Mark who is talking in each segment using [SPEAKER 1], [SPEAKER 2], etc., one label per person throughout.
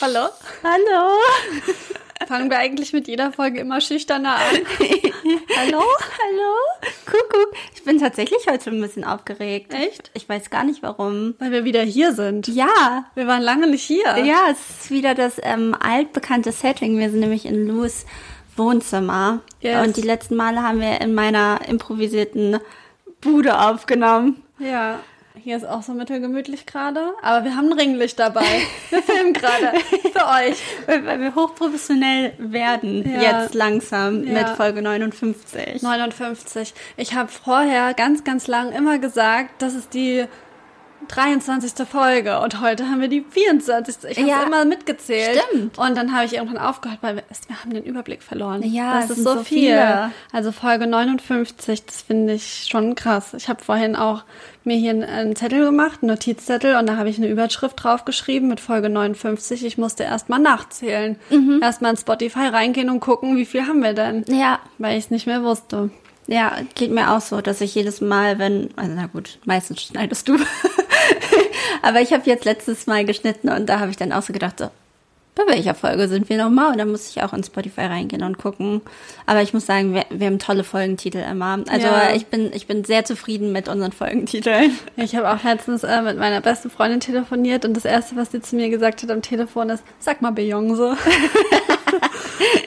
[SPEAKER 1] Hallo.
[SPEAKER 2] Hallo.
[SPEAKER 1] Fangen wir eigentlich mit jeder Folge immer schüchterner an. Oh.
[SPEAKER 2] Hallo, hallo. Kuckuck. Ich bin tatsächlich heute schon ein bisschen aufgeregt.
[SPEAKER 1] Echt?
[SPEAKER 2] Ich weiß gar nicht warum.
[SPEAKER 1] Weil wir wieder hier sind.
[SPEAKER 2] Ja.
[SPEAKER 1] Wir waren lange nicht hier.
[SPEAKER 2] Ja, es ist wieder das ähm, altbekannte Setting. Wir sind nämlich in Louis Wohnzimmer.
[SPEAKER 1] Yes.
[SPEAKER 2] Und die letzten Male haben wir in meiner improvisierten Bude aufgenommen.
[SPEAKER 1] Ja. Hier ist auch so mittelgemütlich gerade. Aber wir haben ein Ringlicht dabei. Wir filmen gerade. Für euch.
[SPEAKER 2] Weil weil wir hochprofessionell werden.
[SPEAKER 1] Ja.
[SPEAKER 2] Jetzt langsam
[SPEAKER 1] Ja.
[SPEAKER 2] mit Folge 59.
[SPEAKER 1] 59. Ich habe vorher ganz, ganz lang immer gesagt, das ist die 23. Folge und heute haben wir die 24. Ich habe
[SPEAKER 2] Ja.
[SPEAKER 1] immer mitgezählt.
[SPEAKER 2] Stimmt.
[SPEAKER 1] Und dann habe ich irgendwann aufgehört, weil wir, wir haben den Überblick verloren.
[SPEAKER 2] Ja,
[SPEAKER 1] das
[SPEAKER 2] es
[SPEAKER 1] ist
[SPEAKER 2] sind
[SPEAKER 1] so,
[SPEAKER 2] so
[SPEAKER 1] viel.
[SPEAKER 2] viele.
[SPEAKER 1] Also Folge 59, das finde ich schon krass. Ich habe vorhin auch mir hier einen, einen Zettel gemacht, einen Notizzettel und da habe ich eine Überschrift draufgeschrieben mit Folge 59. Ich musste erst mal nachzählen.
[SPEAKER 2] Mhm.
[SPEAKER 1] Erst mal in Spotify reingehen und gucken, wie viel haben wir denn?
[SPEAKER 2] Ja,
[SPEAKER 1] Weil ich es nicht mehr wusste.
[SPEAKER 2] Ja, geht mir auch so, dass ich jedes Mal, wenn, also na gut, meistens schneidest du. Aber ich habe jetzt letztes Mal geschnitten und da habe ich dann auch so gedacht, so, bei welcher Folge sind wir nochmal? Und dann muss ich auch in Spotify reingehen und gucken. Aber ich muss sagen, wir, wir haben tolle Folgentitel immer. Also
[SPEAKER 1] Ja.
[SPEAKER 2] ich bin, ich bin sehr zufrieden mit unseren Folgentiteln.
[SPEAKER 1] Ich habe auch letztens äh, mit meiner besten Freundin telefoniert und das Erste, was sie zu mir gesagt hat am Telefon ist, sag mal Beyoncé.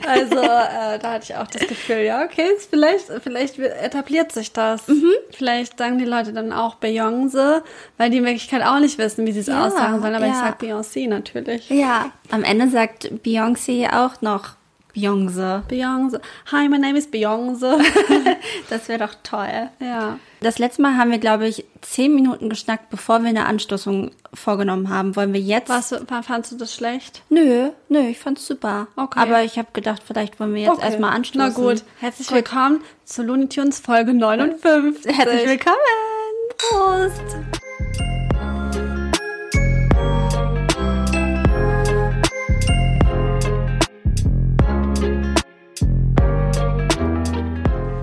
[SPEAKER 1] also äh, da hatte ich auch das Gefühl, ja, okay, ist vielleicht, vielleicht etabliert sich das.
[SPEAKER 2] Mhm.
[SPEAKER 1] Vielleicht sagen die Leute dann auch Beyoncé, weil die in Wirklichkeit auch nicht wissen, wie sie es
[SPEAKER 2] Ja,
[SPEAKER 1] aussagen sollen. Aber ich
[SPEAKER 2] ja.
[SPEAKER 1] sag Beyoncé natürlich.
[SPEAKER 2] Ja. Am Ende sagt Beyoncé auch noch Beyoncé.
[SPEAKER 1] Beyoncé. Hi, my name is Beyoncé.
[SPEAKER 2] Das wäre doch toll.
[SPEAKER 1] ja.
[SPEAKER 2] Das letzte Mal haben wir, glaube ich, zehn Minuten geschnackt, bevor wir eine Anstoßung vorgenommen haben. Wollen wir jetzt
[SPEAKER 1] Was, fandst du das schlecht?
[SPEAKER 2] Nö, nö, ich fand's super.
[SPEAKER 1] Okay.
[SPEAKER 2] Aber ich habe gedacht, vielleicht wollen wir jetzt erstmal anstoßen.
[SPEAKER 1] Na gut, herzlich willkommen zu Looney Tunes Folge 59.
[SPEAKER 2] Herzlich willkommen. Prost.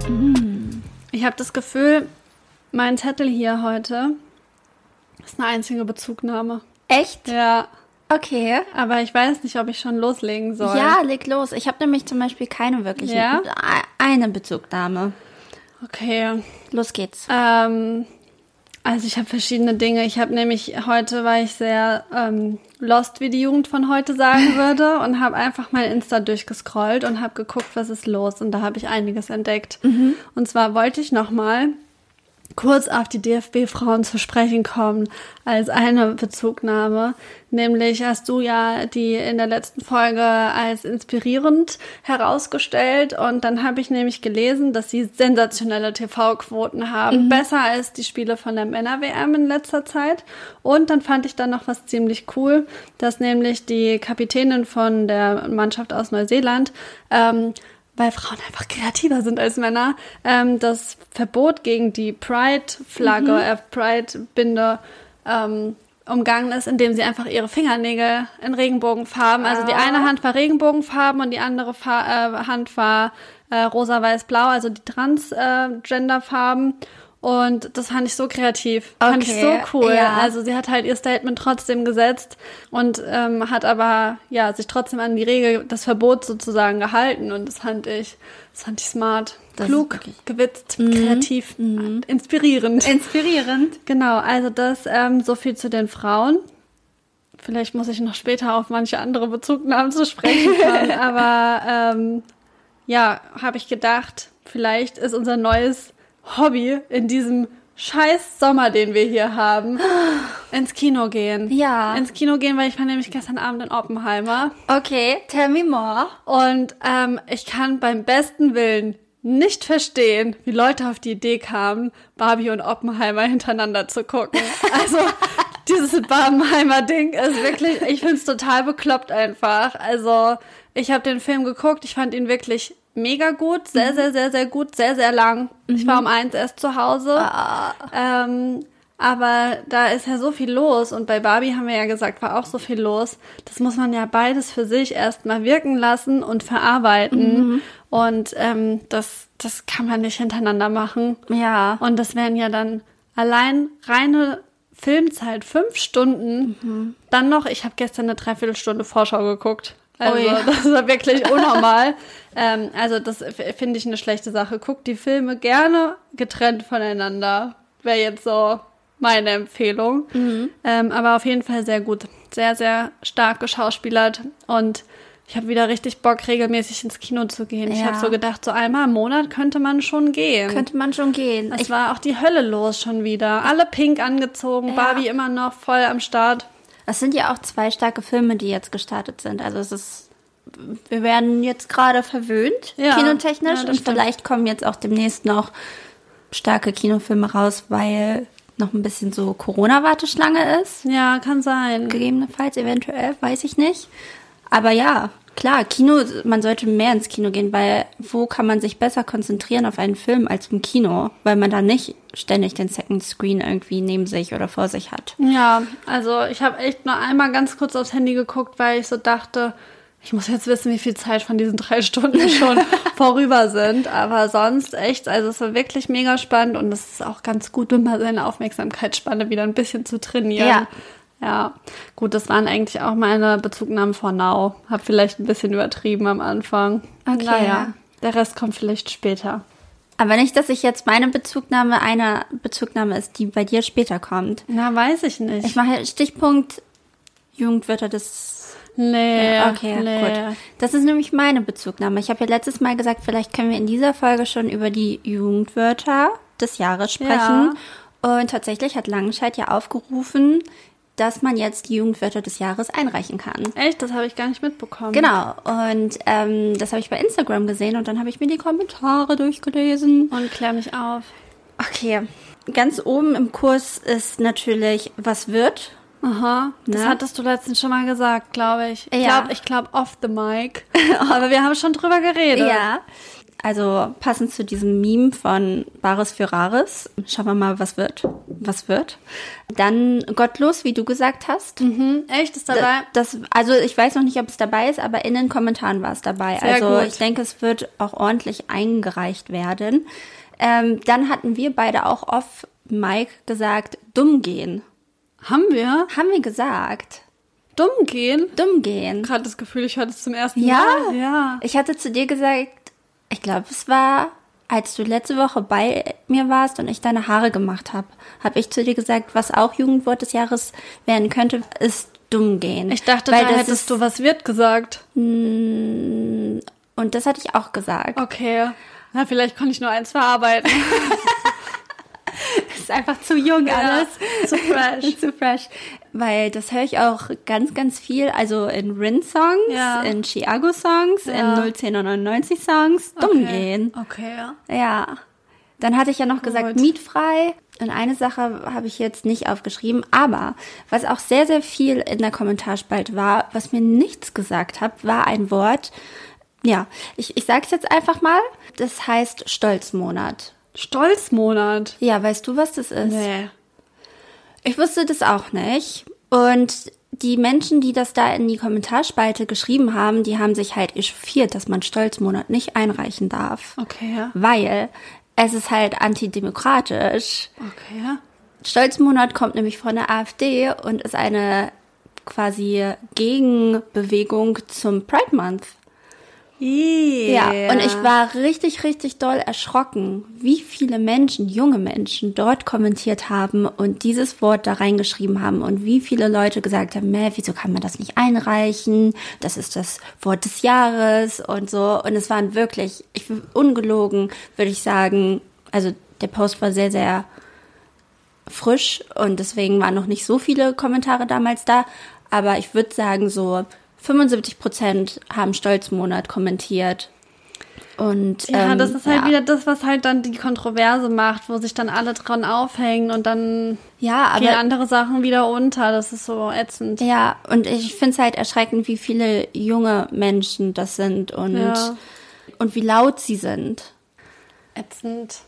[SPEAKER 1] Mhm. Ich habe das Gefühl, mein Zettel hier heute ist eine einzige Bezugnahme.
[SPEAKER 2] Echt?
[SPEAKER 1] Ja,
[SPEAKER 2] Okay.
[SPEAKER 1] aber ich weiß nicht, ob ich schon loslegen soll.
[SPEAKER 2] Ja, leg los. Ich habe nämlich zum Beispiel keine wirkliche.
[SPEAKER 1] Ja?
[SPEAKER 2] e- Eine Bezugnahme.
[SPEAKER 1] Okay.
[SPEAKER 2] Los geht's.
[SPEAKER 1] Ähm, also ich habe verschiedene Dinge. Ich habe nämlich heute, war ich sehr ähm, lost, wie die Jugend von heute sagen würde, und habe einfach mein Insta durchgescrollt und habe geguckt, was ist los. Und da habe ich einiges entdeckt. Und zwar wollte ich nochmal kurz auf die DFB-Frauen zu sprechen kommen als eine Bezugnahme. Nämlich hast du ja die in der letzten Folge als inspirierend herausgestellt und dann habe ich nämlich gelesen, dass sie sensationelle TV-Quoten haben, besser als die Spiele von der Männer-WM in letzter Zeit. Und dann fand ich dann noch was ziemlich cool, dass nämlich die Kapitänin von der Mannschaft aus Neuseeland ähm, weil Frauen einfach kreativer sind als Männer, ähm, das Verbot gegen die Pride-Flagge,
[SPEAKER 2] Mhm.
[SPEAKER 1] äh, Pride-Binde ähm, umgangen ist, indem sie einfach ihre Fingernägel in Regenbogenfarben, also die eine
[SPEAKER 2] Ah.
[SPEAKER 1] Hand war Regenbogenfarben und die andere Fa äh, Hand war äh, rosa-weiß-blau, also die Transgender-Farben. und das fand ich so kreativ. Fand ich so
[SPEAKER 2] Okay,
[SPEAKER 1] cool.
[SPEAKER 2] ja.
[SPEAKER 1] Also sie hat halt ihr Statement trotzdem gesetzt und ähm, hat aber ja sich trotzdem an die Regel, das Verbot sozusagen gehalten und das fand ich, das fand ich smart,
[SPEAKER 2] Das ist
[SPEAKER 1] klug,
[SPEAKER 2] wirklich- Mhm.
[SPEAKER 1] gewitzt, kreativ, inspirierend.
[SPEAKER 2] Inspirierend.
[SPEAKER 1] genau, also das ähm, so viel zu den Frauen. Vielleicht muss ich noch später auf manche andere Bezugnahmen zu sprechen kommen, aber ähm, ja, habe ich gedacht, vielleicht ist unser neues Hobby in diesem scheiß Sommer, den wir hier haben, ins Kino gehen.
[SPEAKER 2] Ja.
[SPEAKER 1] Ins Kino gehen, weil ich war nämlich gestern Abend in Oppenheimer
[SPEAKER 2] Okay, tell me more.
[SPEAKER 1] und ähm, ich kann beim besten Willen nicht verstehen, wie Leute auf die Idee kamen, Barbie und Oppenheimer hintereinander zu gucken. Also dieses Barbenheimer-Ding ist wirklich, ich finde es total bekloppt einfach. Also ich habe den Film geguckt, ich fand ihn wirklich mega gut, sehr, sehr, sehr, sehr gut, sehr, sehr lang. Ich war um eins erst zu Hause. Ähm, aber da ist ja so viel los und bei Barbie haben wir ja gesagt, war auch so viel los. Das muss man ja beides für sich erstmal wirken lassen und verarbeiten. Und ähm, das, das kann man nicht hintereinander machen.
[SPEAKER 2] Ja.
[SPEAKER 1] Und das wären ja dann allein reine Filmzeit, fünf Stunden,
[SPEAKER 2] Mhm.
[SPEAKER 1] dann noch, ich habe gestern eine Dreiviertelstunde Vorschau geguckt. Also
[SPEAKER 2] Ui.
[SPEAKER 1] das war wirklich unnormal. ähm, also das f- finde ich eine schlechte Sache. Guckt die Filme gerne getrennt voneinander. Wäre jetzt so meine Empfehlung.
[SPEAKER 2] Mhm.
[SPEAKER 1] Ähm, aber auf jeden Fall sehr gut. Sehr, sehr stark geschauspielert. Und ich habe wieder richtig Bock, regelmäßig ins Kino zu gehen. Ich
[SPEAKER 2] Ja.
[SPEAKER 1] habe so gedacht, so einmal im Monat könnte man schon gehen.
[SPEAKER 2] Könnte man schon gehen.
[SPEAKER 1] Es
[SPEAKER 2] Ich,
[SPEAKER 1] war auch die Hölle los schon wieder. Alle pink angezogen,
[SPEAKER 2] Ja.
[SPEAKER 1] Barbie immer noch voll am Start.
[SPEAKER 2] das sind ja auch zwei starke Filme, die jetzt gestartet sind. Also es ist, wir werden jetzt gerade verwöhnt,
[SPEAKER 1] Ja. Ja,
[SPEAKER 2] kinotechnisch.
[SPEAKER 1] das
[SPEAKER 2] und
[SPEAKER 1] stimmt.
[SPEAKER 2] vielleicht kommen jetzt auch demnächst noch starke Kinofilme raus, weil noch ein bisschen so Corona-Warteschlange ist.
[SPEAKER 1] Ja, kann sein.
[SPEAKER 2] Gegebenenfalls, eventuell, weiß ich nicht. Aber ja, klar, Kino, man sollte mehr ins Kino gehen, weil wo kann man sich besser konzentrieren auf einen Film als im Kino, weil man da nicht ständig den Second Screen irgendwie neben sich oder vor sich hat.
[SPEAKER 1] Ja, also ich habe echt nur einmal ganz kurz aufs Handy geguckt, weil ich so dachte, ich muss jetzt wissen, wie viel Zeit von diesen drei Stunden schon vorüber sind. Aber sonst echt, also es war wirklich mega spannend und es ist auch ganz gut, wenn man seine Aufmerksamkeitsspanne wieder ein bisschen zu trainieren.
[SPEAKER 2] Ja.
[SPEAKER 1] Ja, gut, das waren eigentlich auch meine Bezugnahmen for now. Hab vielleicht ein bisschen übertrieben am Anfang.
[SPEAKER 2] Okay.
[SPEAKER 1] Naja, der Rest kommt vielleicht später.
[SPEAKER 2] Aber nicht, dass ich jetzt meine Bezugnahme einer Bezugnahme ist, die bei dir später kommt.
[SPEAKER 1] Na, weiß ich nicht.
[SPEAKER 2] Ich mache halt Stichpunkt Jugendwörter des
[SPEAKER 1] nee,
[SPEAKER 2] Okay, gut. Das ist nämlich meine Bezugnahme. Ich habe ja letztes Mal gesagt, vielleicht können wir in dieser Folge schon über die Jugendwörter des Jahres sprechen. Und tatsächlich hat Langenscheid ja aufgerufen, dass man jetzt die Jugendwörter des Jahres einreichen kann.
[SPEAKER 1] Echt, das habe ich gar nicht mitbekommen.
[SPEAKER 2] Genau, und ähm, das habe ich bei Instagram gesehen und dann habe ich mir die Kommentare durchgelesen.
[SPEAKER 1] Und klär mich auf.
[SPEAKER 2] Okay, ganz oben im Kurs ist natürlich, was wird?
[SPEAKER 1] Aha, das
[SPEAKER 2] Ne?
[SPEAKER 1] hattest du letztens schon mal gesagt, glaube ich. Ich
[SPEAKER 2] Ja.
[SPEAKER 1] glaube, ich glaube off the mic. Aber wir haben schon drüber geredet.
[SPEAKER 2] Ja. Also passend zu diesem Meme von Bares für Rares, schauen wir mal, was wird. Was wird? Dann gottlos, wie du gesagt hast.
[SPEAKER 1] Mhm. Echt, ist dabei?
[SPEAKER 2] Das, also ich weiß noch nicht, ob es dabei ist, aber in den Kommentaren war es dabei.
[SPEAKER 1] Sehr
[SPEAKER 2] also
[SPEAKER 1] gut.
[SPEAKER 2] ich denke, es wird auch ordentlich eingereicht werden. Ähm, dann hatten wir beide auch off Mike gesagt, dumm gehen.
[SPEAKER 1] haben wir?
[SPEAKER 2] Haben wir gesagt,
[SPEAKER 1] Dumm gehen?
[SPEAKER 2] dumm gehen.
[SPEAKER 1] Gerade das Gefühl, ich höre das zum ersten
[SPEAKER 2] Ja.
[SPEAKER 1] Mal. Ja.
[SPEAKER 2] Ich hatte zu dir gesagt, ich glaube, es war, als du letzte Woche bei mir warst und ich deine Haare gemacht habe, habe ich zu dir gesagt, was auch Jugendwort des Jahres werden könnte, ist dumm gehen.
[SPEAKER 1] Ich dachte,
[SPEAKER 2] Weil
[SPEAKER 1] da
[SPEAKER 2] das
[SPEAKER 1] hättest
[SPEAKER 2] ist,
[SPEAKER 1] du was wird gesagt.
[SPEAKER 2] Und das hatte ich auch gesagt.
[SPEAKER 1] Okay. Na, vielleicht konnte ich nur eins verarbeiten.
[SPEAKER 2] Das ist einfach zu jung alles.
[SPEAKER 1] Zu fresh.
[SPEAKER 2] Zu fresh. Weil das höre ich auch ganz, ganz viel. Also in Rin-Songs,
[SPEAKER 1] Ja.
[SPEAKER 2] in Chiago-Songs,
[SPEAKER 1] Ja.
[SPEAKER 2] in 01099-Songs. Dumm
[SPEAKER 1] okay.
[SPEAKER 2] gehen.
[SPEAKER 1] Okay, ja.
[SPEAKER 2] Ja. Dann hatte ich ja noch gesagt,
[SPEAKER 1] Gut.
[SPEAKER 2] mietfrei. Und eine Sache habe ich jetzt nicht aufgeschrieben, aber was auch sehr, sehr viel in der Kommentarspalte war, was mir nichts gesagt hat, war ein Wort. Ja, ich, ich sage es jetzt einfach mal. Das heißt Stolzmonat.
[SPEAKER 1] Stolzmonat.
[SPEAKER 2] Ja, weißt du, was das ist?
[SPEAKER 1] Nee.
[SPEAKER 2] Ich wusste das auch nicht. Und die Menschen, die das da in die Kommentarspalte geschrieben haben, die haben sich halt echauffiert, dass man Stolzmonat nicht einreichen darf.
[SPEAKER 1] Okay, ja.
[SPEAKER 2] Weil es ist halt antidemokratisch.
[SPEAKER 1] Okay, ja.
[SPEAKER 2] Stolzmonat kommt nämlich von der AfD und ist eine quasi Gegenbewegung zum Pride Month. Ja, und ich war richtig, richtig doll erschrocken, wie viele Menschen, junge Menschen dort kommentiert haben und dieses Wort da reingeschrieben haben und wie viele Leute gesagt haben, Meh, wieso kann man das nicht einreichen? Das ist das Wort des Jahres und so. Und es waren wirklich, ich, ungelogen, würde ich sagen, also der Post war sehr, sehr frisch und deswegen waren noch nicht so viele Kommentare damals da. Aber ich würde sagen, so 75 Prozent haben Stolzmonat kommentiert. Und
[SPEAKER 1] Ja,
[SPEAKER 2] ähm,
[SPEAKER 1] das ist halt
[SPEAKER 2] ja.
[SPEAKER 1] wieder das, was halt dann die Kontroverse macht, wo sich dann alle dran aufhängen und dann
[SPEAKER 2] Ja,
[SPEAKER 1] gehen
[SPEAKER 2] aber.
[SPEAKER 1] andere Sachen wieder unter. Das ist so ätzend.
[SPEAKER 2] Ja, und ich finde es halt erschreckend, wie viele junge Menschen das sind und,
[SPEAKER 1] Ja.
[SPEAKER 2] und wie laut sie sind.
[SPEAKER 1] Ätzend.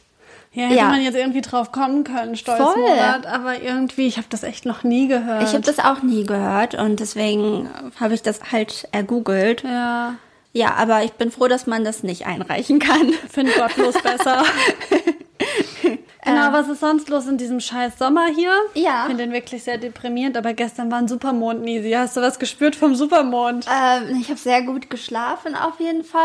[SPEAKER 1] Ja, hätte
[SPEAKER 2] Ja.
[SPEAKER 1] man jetzt irgendwie drauf kommen können, Stolzmonat, aber irgendwie, ich habe das echt noch nie gehört.
[SPEAKER 2] Ich habe das auch nie gehört und deswegen habe ich das halt ergoogelt.
[SPEAKER 1] ja,
[SPEAKER 2] Ja, aber ich bin froh, dass man das nicht einreichen kann.
[SPEAKER 1] finde gottlos besser. Genau, was ist sonst los in diesem scheiß Sommer hier?
[SPEAKER 2] Ähm. Ja.
[SPEAKER 1] Ich finde den wirklich sehr deprimierend, aber gestern war ein Supermond, Nisi. Hast du was gespürt vom Supermond?
[SPEAKER 2] Ähm, ich habe sehr gut geschlafen auf jeden Fall.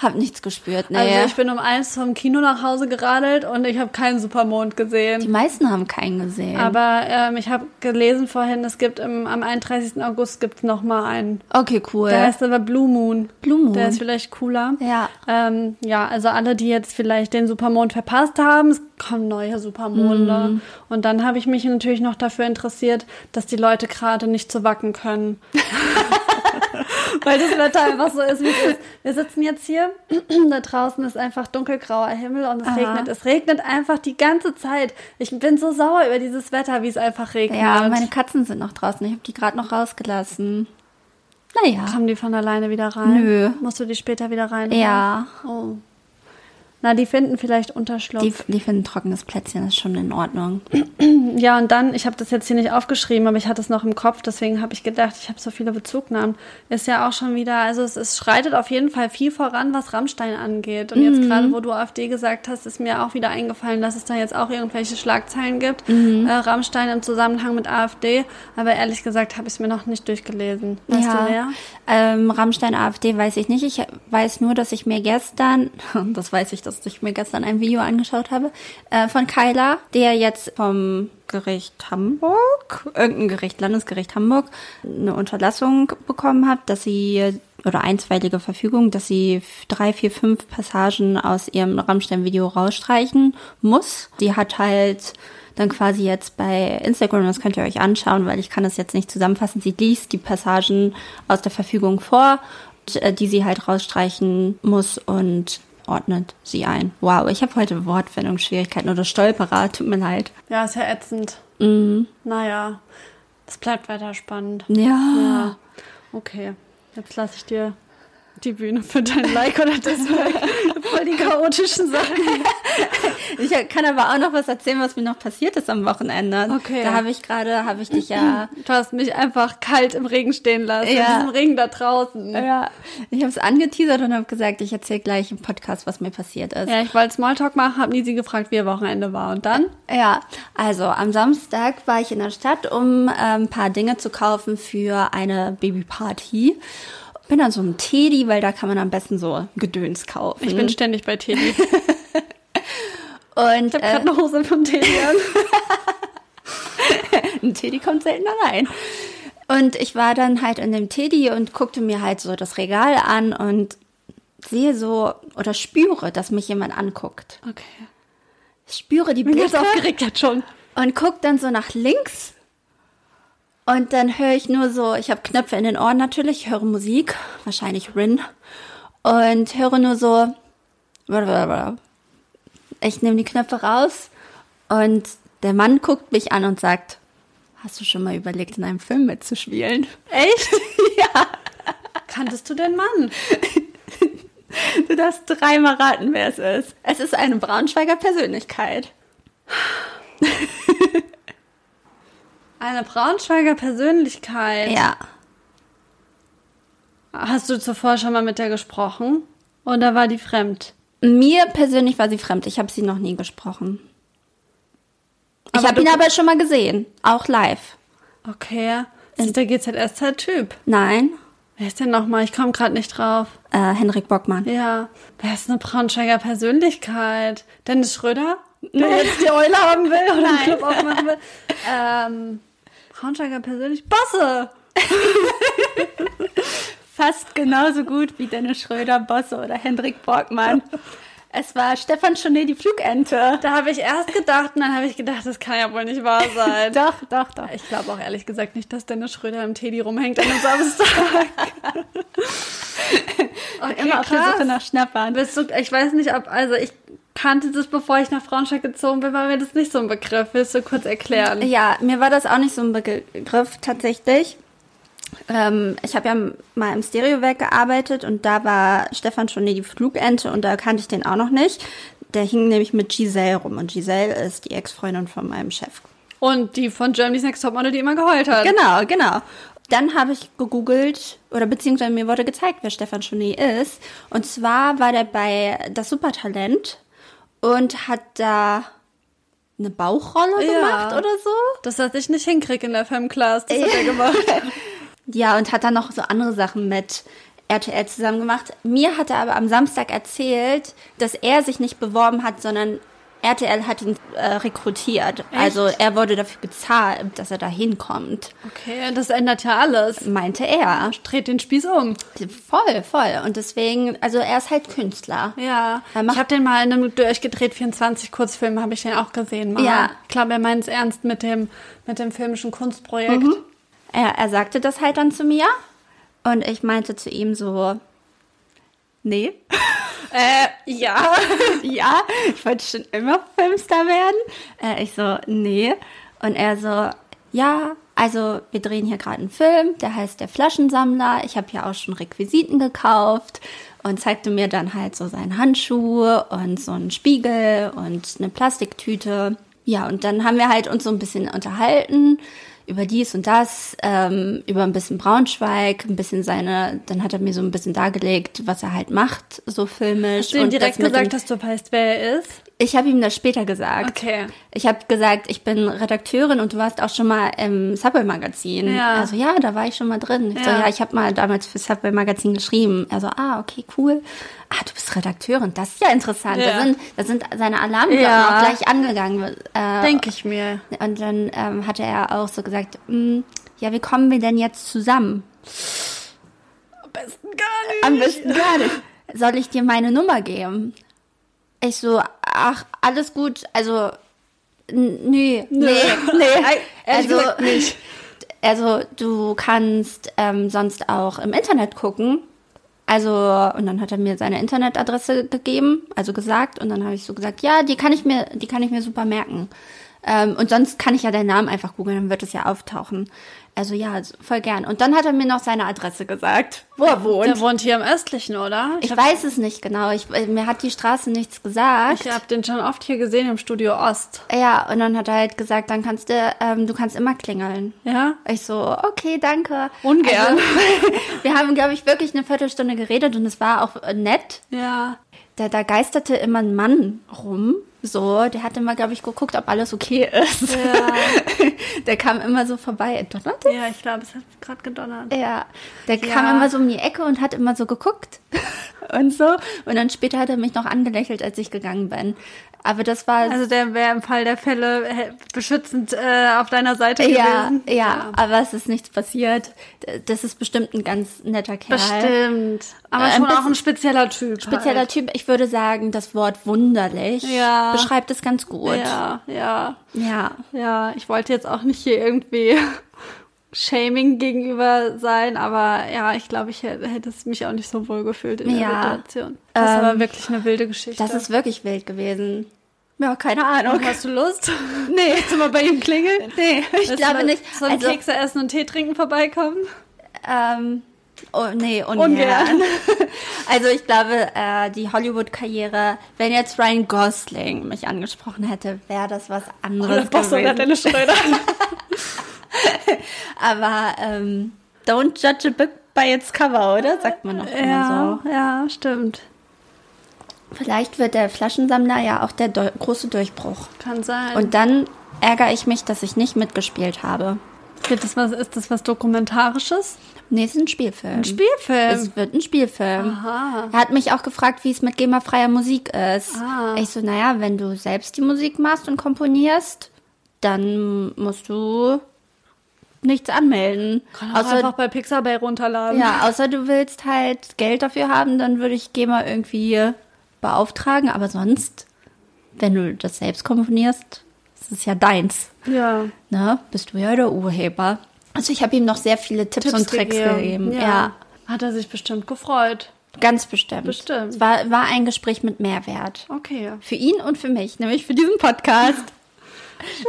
[SPEAKER 2] Hab nichts gespürt, nee.
[SPEAKER 1] Also ich bin um eins vom Kino nach Hause geradelt und ich habe keinen Supermond
[SPEAKER 2] die
[SPEAKER 1] gesehen.
[SPEAKER 2] meisten haben keinen gesehen.
[SPEAKER 1] Aber ähm, ich habe gelesen vorhin, es gibt im, am 31. August gibt's noch mal einen.
[SPEAKER 2] okay, cool.
[SPEAKER 1] Der heißt aber Blue Moon.
[SPEAKER 2] Blue Moon.
[SPEAKER 1] Der ist vielleicht cooler.
[SPEAKER 2] Ja.
[SPEAKER 1] Ähm, ja, also alle, die jetzt vielleicht den Supermond verpasst haben, es kommen neue Supermonde.
[SPEAKER 2] Mhm.
[SPEAKER 1] Und dann habe ich mich natürlich noch dafür interessiert, dass die Leute gerade nicht so wacken können. Weil das Wetter einfach so ist, wie es ist. Wir sitzen jetzt hier, da draußen ist einfach dunkelgrauer Himmel und es
[SPEAKER 2] Aha.
[SPEAKER 1] regnet. Es regnet einfach die ganze Zeit. Ich bin so sauer über dieses Wetter, wie es einfach regnet.
[SPEAKER 2] ja, meine Katzen sind noch draußen. Ich habe die gerade noch rausgelassen. Naja.
[SPEAKER 1] Kommen die von alleine wieder rein?
[SPEAKER 2] Nö.
[SPEAKER 1] Musst du die später wieder rein?
[SPEAKER 2] Ja.
[SPEAKER 1] Oh. Na, die finden vielleicht Unterschlupf.
[SPEAKER 2] Die, die finden trockenes Plätzchen ist schon in Ordnung.
[SPEAKER 1] ja, und dann, ich habe das jetzt hier nicht aufgeschrieben, aber ich hatte es noch im Kopf, deswegen habe ich gedacht, ich habe so viele Bezugnahmen. Ist ja auch schon wieder, also es, es schreitet auf jeden Fall viel voran, was Rammstein angeht. Und jetzt gerade, wo du AfD gesagt hast, ist mir auch wieder eingefallen, dass es da jetzt auch irgendwelche Schlagzeilen gibt. Äh, Rammstein im Zusammenhang mit AfD. Aber ehrlich gesagt habe ich es mir noch nicht durchgelesen. Weißt
[SPEAKER 2] ja.
[SPEAKER 1] du wer?
[SPEAKER 2] Ähm, Rammstein AfD weiß ich nicht. Ich weiß nur, dass ich mir gestern, das weiß ich, dass ich mir gestern ein Video angeschaut habe, äh, von Kyla, der jetzt vom Gericht Hamburg, irgendein Gericht, Landesgericht Hamburg, eine Unterlassung bekommen hat, dass sie, oder einstweilige Verfügung, dass sie f- drei, vier, fünf Passagen aus ihrem Rammstein-Video rausstreichen muss. Die hat halt dann quasi jetzt bei Instagram, das könnt ihr euch anschauen, weil ich kann das jetzt nicht zusammenfassen. Sie liest die Passagen aus der Verfügung vor, äh, die sie halt rausstreichen muss und ordnet sie ein. Wow, ich habe heute Wortfindungsschwierigkeiten oder Stolperer, tut mir leid.
[SPEAKER 1] Ja, ist ja ätzend. Naja, es bleibt weiter spannend.
[SPEAKER 2] Ja.
[SPEAKER 1] Ja. Ah, Okay, jetzt lasse ich dir die Bühne für dein Like oder Dislike. Voll die chaotischen Sachen.
[SPEAKER 2] Ich kann aber auch noch was erzählen, was mir noch passiert ist am Wochenende.
[SPEAKER 1] Okay.
[SPEAKER 2] Da habe ich gerade, habe ich dich ja
[SPEAKER 1] Du hast mich einfach kalt im Regen stehen lassen,
[SPEAKER 2] Ja.
[SPEAKER 1] in diesem Regen da draußen.
[SPEAKER 2] Ja, ich habe es angeteasert und habe gesagt, ich erzähle gleich im Podcast, was mir passiert ist.
[SPEAKER 1] Ja, ich wollte Smalltalk machen, habe Nisi gefragt, wie ihr Wochenende war. Und dann?
[SPEAKER 2] Ja, also am Samstag war ich in der Stadt, um äh, ein paar Dinge zu kaufen für eine Babyparty. Bin dann so ein Teddy, weil da kann man am besten so Gedöns kaufen.
[SPEAKER 1] Ich bin ständig bei Teddy. Mhm. Äh. Ich
[SPEAKER 2] und
[SPEAKER 1] habe gerade eine Hose von Teddy an.
[SPEAKER 2] ein Teddy kommt selten allein. äh, Und ich war dann halt in dem Teddy und guckte mir halt so das Regal an und sehe so oder spüre, dass mich jemand anguckt.
[SPEAKER 1] Okay.
[SPEAKER 2] Spüre die
[SPEAKER 1] Ich bin ganz
[SPEAKER 2] Blicke
[SPEAKER 1] aufgeregt jetzt schon.
[SPEAKER 2] und guck dann so nach links und dann höre ich nur so, ich habe Knöpfe in den Ohren natürlich, höre Musik, wahrscheinlich Rin und höre nur so blablabla. ich nehme die Knöpfe raus und der Mann guckt mich an und sagt, hast du schon mal überlegt, in einem Film mitzuspielen?
[SPEAKER 1] Echt? ja. Kanntest du den Mann?
[SPEAKER 2] Du darfst dreimal raten, wer es ist. Es ist eine Braunschweiger Persönlichkeit.
[SPEAKER 1] Eine Braunschweiger Persönlichkeit.
[SPEAKER 2] Ja.
[SPEAKER 1] Hast du zuvor schon mal mit der gesprochen? Oder war die fremd?
[SPEAKER 2] Mir persönlich war sie fremd. Ich habe sie noch nie gesprochen. Ich
[SPEAKER 1] Aber
[SPEAKER 2] habe
[SPEAKER 1] du-
[SPEAKER 2] ihn aber schon mal gesehen, auch live.
[SPEAKER 1] Okay. Ist der GZSZ-Typ?
[SPEAKER 2] Nein,
[SPEAKER 1] halt Wer ist denn nochmal? Ich komme gerade nicht drauf.
[SPEAKER 2] äh, Henrik Bockmann.
[SPEAKER 1] Ja. Wer ist eine Braunschweiger Persönlichkeit? Dennis Schröder? Der jetzt die Eule haben will oder einen Club aufmachen will? Ähm, Braunschweiger Persönlichkeit? Bosse!
[SPEAKER 2] Fast genauso gut wie Dennis Schröder, Bosse oder Henrik Bockmann. Es war Stefan Chonet, die Flugente.
[SPEAKER 1] Da habe ich erst gedacht und dann habe ich gedacht, das kann ja wohl nicht wahr sein.
[SPEAKER 2] Doch, doch, doch.
[SPEAKER 1] Ich glaube auch ehrlich gesagt nicht, dass Dennis Schröder im Teddy rumhängt an einem Samstag. okay,
[SPEAKER 2] Immer auf der
[SPEAKER 1] krass.
[SPEAKER 2] Suche nach Schnappern.
[SPEAKER 1] Bist du, ich weiß nicht, ob, also ich kannte das, bevor ich nach Braunschweig gezogen bin, war mir das nicht so ein Begriff. Willst du kurz erklären?
[SPEAKER 2] Äh, Ja, mir war das auch nicht so ein Begriff tatsächlich. Ähm, ich habe ja mal im Stereowerk gearbeitet und da war Stefan Schonet die Flugente und da kannte ich den auch noch nicht. Der hing nämlich mit Giselle rum und Giselle ist die Ex-Freundin von meinem Chef.
[SPEAKER 1] Und die von Germany's Next Topmodel, die immer geheult hat.
[SPEAKER 2] Genau, genau. Dann habe ich gegoogelt oder beziehungsweise mir wurde gezeigt, wer Stefan Chonet ist. Und zwar war der bei Das Supertalent und hat da eine Bauchrolle
[SPEAKER 1] Ja.
[SPEAKER 2] gemacht oder so.
[SPEAKER 1] Das, was ich nicht hinkriege in der Fem-Class, das hat er gemacht.
[SPEAKER 2] Ja, und hat dann noch so andere Sachen mit RTL zusammen gemacht. Mir hat er aber am Samstag erzählt, dass er sich nicht beworben hat, sondern RTL hat ihn äh, rekrutiert. Also er wurde dafür bezahlt, dass er da hinkommt,
[SPEAKER 1] Okay, das ändert ja alles.
[SPEAKER 2] meinte er.
[SPEAKER 1] Dreht den Spieß um.
[SPEAKER 2] Voll, voll. Und deswegen, also er ist halt Künstler.
[SPEAKER 1] Ja,
[SPEAKER 2] Er macht-
[SPEAKER 1] ich habe den mal in einem durchgedreht 24 Kurzfilm habe ich den auch gesehen. Mal.
[SPEAKER 2] Ja.
[SPEAKER 1] ich glaube, er meint es ernst mit dem mit dem filmischen Kunstprojekt.
[SPEAKER 2] Er, er sagte das halt dann zu mir und ich meinte zu ihm so, nee.
[SPEAKER 1] Äh, ja.
[SPEAKER 2] ja, ich wollte schon immer Filmstar werden. Äh, ich so, nee. Und er so, ja, also wir drehen hier gerade einen Film, der heißt Der Flaschensammler. Ich habe ja auch schon Requisiten gekauft und zeigte mir dann halt so seine Handschuhe und so einen Spiegel und eine Plastiktüte. Ja, und dann haben wir halt uns so ein bisschen unterhalten über dies und das, ähm, über ein bisschen Braunschweig, ein bisschen seine, dann hat er mir so ein bisschen dargelegt, was er halt macht, so filmisch.
[SPEAKER 1] Hast du ihm
[SPEAKER 2] und
[SPEAKER 1] direkt
[SPEAKER 2] das mit dem-
[SPEAKER 1] gesagt, dass du weißt, wer er ist?
[SPEAKER 2] ich habe ihm das später gesagt.
[SPEAKER 1] Okay.
[SPEAKER 2] Ich habe gesagt, ich bin Redakteurin und du warst auch schon mal im Subway-Magazin.
[SPEAKER 1] Ja.
[SPEAKER 2] Also ja, da war ich schon mal drin. Ich so,
[SPEAKER 1] Ja.
[SPEAKER 2] ja, ich habe mal damals für Subway-Magazin geschrieben. Er so, ah, okay, cool. Ah, du bist Redakteurin. Das ist ja interessant.
[SPEAKER 1] Ja.
[SPEAKER 2] Da, sind, da sind seine Alarmglocken
[SPEAKER 1] Ja.
[SPEAKER 2] auch gleich angegangen. Äh,
[SPEAKER 1] Denke ich mir.
[SPEAKER 2] und dann ähm, hatte er auch so gesagt, "Mm, ja, wie kommen wir denn jetzt zusammen?
[SPEAKER 1] Am besten gar nicht.
[SPEAKER 2] Am besten gar nicht. Soll ich dir meine Nummer geben? Ich so, ach, alles gut, also, n- nö, nee, nee.
[SPEAKER 1] ehrlich
[SPEAKER 2] Also,
[SPEAKER 1] gesagt nicht.
[SPEAKER 2] also, du kannst ähm, sonst auch im Internet gucken. Also, und dann hat er mir seine Internetadresse gegeben, also gesagt, und dann habe ich so gesagt, ja, die kann ich mir, die kann ich mir super merken. Ähm, und sonst kann ich ja deinen Namen einfach googeln, dann wird es ja auftauchen. Also ja, voll gern. Und dann hat er mir noch seine Adresse gesagt, wo er wohnt.
[SPEAKER 1] Der wohnt hier im östlichen, oder?
[SPEAKER 2] Ich weiß es nicht genau. Ich, äh, mir hat die Straße nichts gesagt.
[SPEAKER 1] Ich habe den schon oft hier gesehen im Studio Ost.
[SPEAKER 2] Ja, und dann hat er halt gesagt, dann kannst du, ähm, du kannst immer klingeln.
[SPEAKER 1] Ja?
[SPEAKER 2] Ich so, okay, danke.
[SPEAKER 1] Ungern.
[SPEAKER 2] Also, wir haben, glaube ich, wirklich eine Viertelstunde geredet und es war auch äh, nett.
[SPEAKER 1] Ja.
[SPEAKER 2] Da, da geisterte immer ein Mann rum. So, der hat immer, glaube ich, geguckt, ob alles okay ist.
[SPEAKER 1] Ja.
[SPEAKER 2] der kam immer so vorbei. Donnert der?
[SPEAKER 1] Ja, ich glaube, es hat gerade gedonnert.
[SPEAKER 2] Ja, der
[SPEAKER 1] Ja.
[SPEAKER 2] kam immer so um die Ecke und hat immer so geguckt und so. Und dann später hat er mich noch angelächelt, als ich gegangen bin. Aber das war
[SPEAKER 1] Also der wäre im Fall der Fälle äh, beschützend äh, auf deiner Seite
[SPEAKER 2] ja,
[SPEAKER 1] gewesen.
[SPEAKER 2] ja, aber es ist nichts passiert. D- Das ist bestimmt ein ganz netter Kerl.
[SPEAKER 1] Bestimmt. Aber
[SPEAKER 2] Äh, ein
[SPEAKER 1] schon auch
[SPEAKER 2] bisschen-
[SPEAKER 1] ein spezieller Typ.
[SPEAKER 2] Spezieller
[SPEAKER 1] halt.
[SPEAKER 2] Typ, ich würde sagen, das Wort wunderlich
[SPEAKER 1] Ja.
[SPEAKER 2] beschreibt es ganz gut.
[SPEAKER 1] Ja, ja,
[SPEAKER 2] ja.
[SPEAKER 1] ja. Ich wollte jetzt auch nicht hier irgendwie Shaming gegenüber sein, aber ja, ich glaube, ich hätte, hätte es mich auch nicht so wohl gefühlt in der
[SPEAKER 2] Ja.
[SPEAKER 1] Situation. Das ist
[SPEAKER 2] Ähm,
[SPEAKER 1] aber wirklich eine wilde Geschichte.
[SPEAKER 2] Das ist wirklich wild gewesen. Ja, keine Ahnung.
[SPEAKER 1] Hast du Lust? Nee. Willst du mal bei ihm klingeln? Nee,
[SPEAKER 2] ich glaube nicht.
[SPEAKER 1] So ein
[SPEAKER 2] Also-
[SPEAKER 1] Kekse essen und Tee trinken vorbeikommen?
[SPEAKER 2] Ähm, oh, nee, ungern.
[SPEAKER 1] Ungern.
[SPEAKER 2] Also ich glaube, äh, die Hollywood-Karriere, wenn jetzt Ryan Gosling mich angesprochen hätte, wäre Oh, das was
[SPEAKER 1] Oder
[SPEAKER 2] anderes
[SPEAKER 1] Boss oder
[SPEAKER 2] gewesen.
[SPEAKER 1] Dennis Schröder?
[SPEAKER 2] Aber ähm, don't judge a book by its cover, oder? Sagt man noch immer
[SPEAKER 1] ja, ja, stimmt.
[SPEAKER 2] so. Vielleicht wird der Flaschensammler ja auch der Deu große Durchbruch.
[SPEAKER 1] Kann sein.
[SPEAKER 2] Und dann ärgere ich mich, dass ich nicht mitgespielt habe.
[SPEAKER 1] Wird das was, ist das was Dokumentarisches?
[SPEAKER 2] Nee, es ist ein Spielfilm.
[SPEAKER 1] Spielfilm.
[SPEAKER 2] Mhm. Es wird ein Spielfilm.
[SPEAKER 1] Aha.
[SPEAKER 2] Er hat mich auch gefragt, wie es mit GEMA-freier Musik ist.
[SPEAKER 1] Ah.
[SPEAKER 2] Ich so, naja, wenn du selbst die Musik machst und komponierst, dann musst du nichts anmelden.
[SPEAKER 1] Kann auch
[SPEAKER 2] Außer,
[SPEAKER 1] einfach bei Pixabay runterladen.
[SPEAKER 2] ja, außer du willst halt Geld dafür haben, dann würde ich GEMA irgendwie beauftragen. Aber sonst, wenn du das selbst komponierst, ist es ja deins.
[SPEAKER 1] Ja.
[SPEAKER 2] Ne? Bist du ja der Urheber. Also ich habe ihm noch sehr viele Tipps, und Tricks gegeben.
[SPEAKER 1] Ja.
[SPEAKER 2] ja.
[SPEAKER 1] Hat er sich bestimmt gefreut.
[SPEAKER 2] Ganz bestimmt.
[SPEAKER 1] Bestimmt.
[SPEAKER 2] Es war, war ein Gespräch mit Mehrwert.
[SPEAKER 1] Okay.
[SPEAKER 2] Für ihn und für mich, nämlich für diesen Podcast.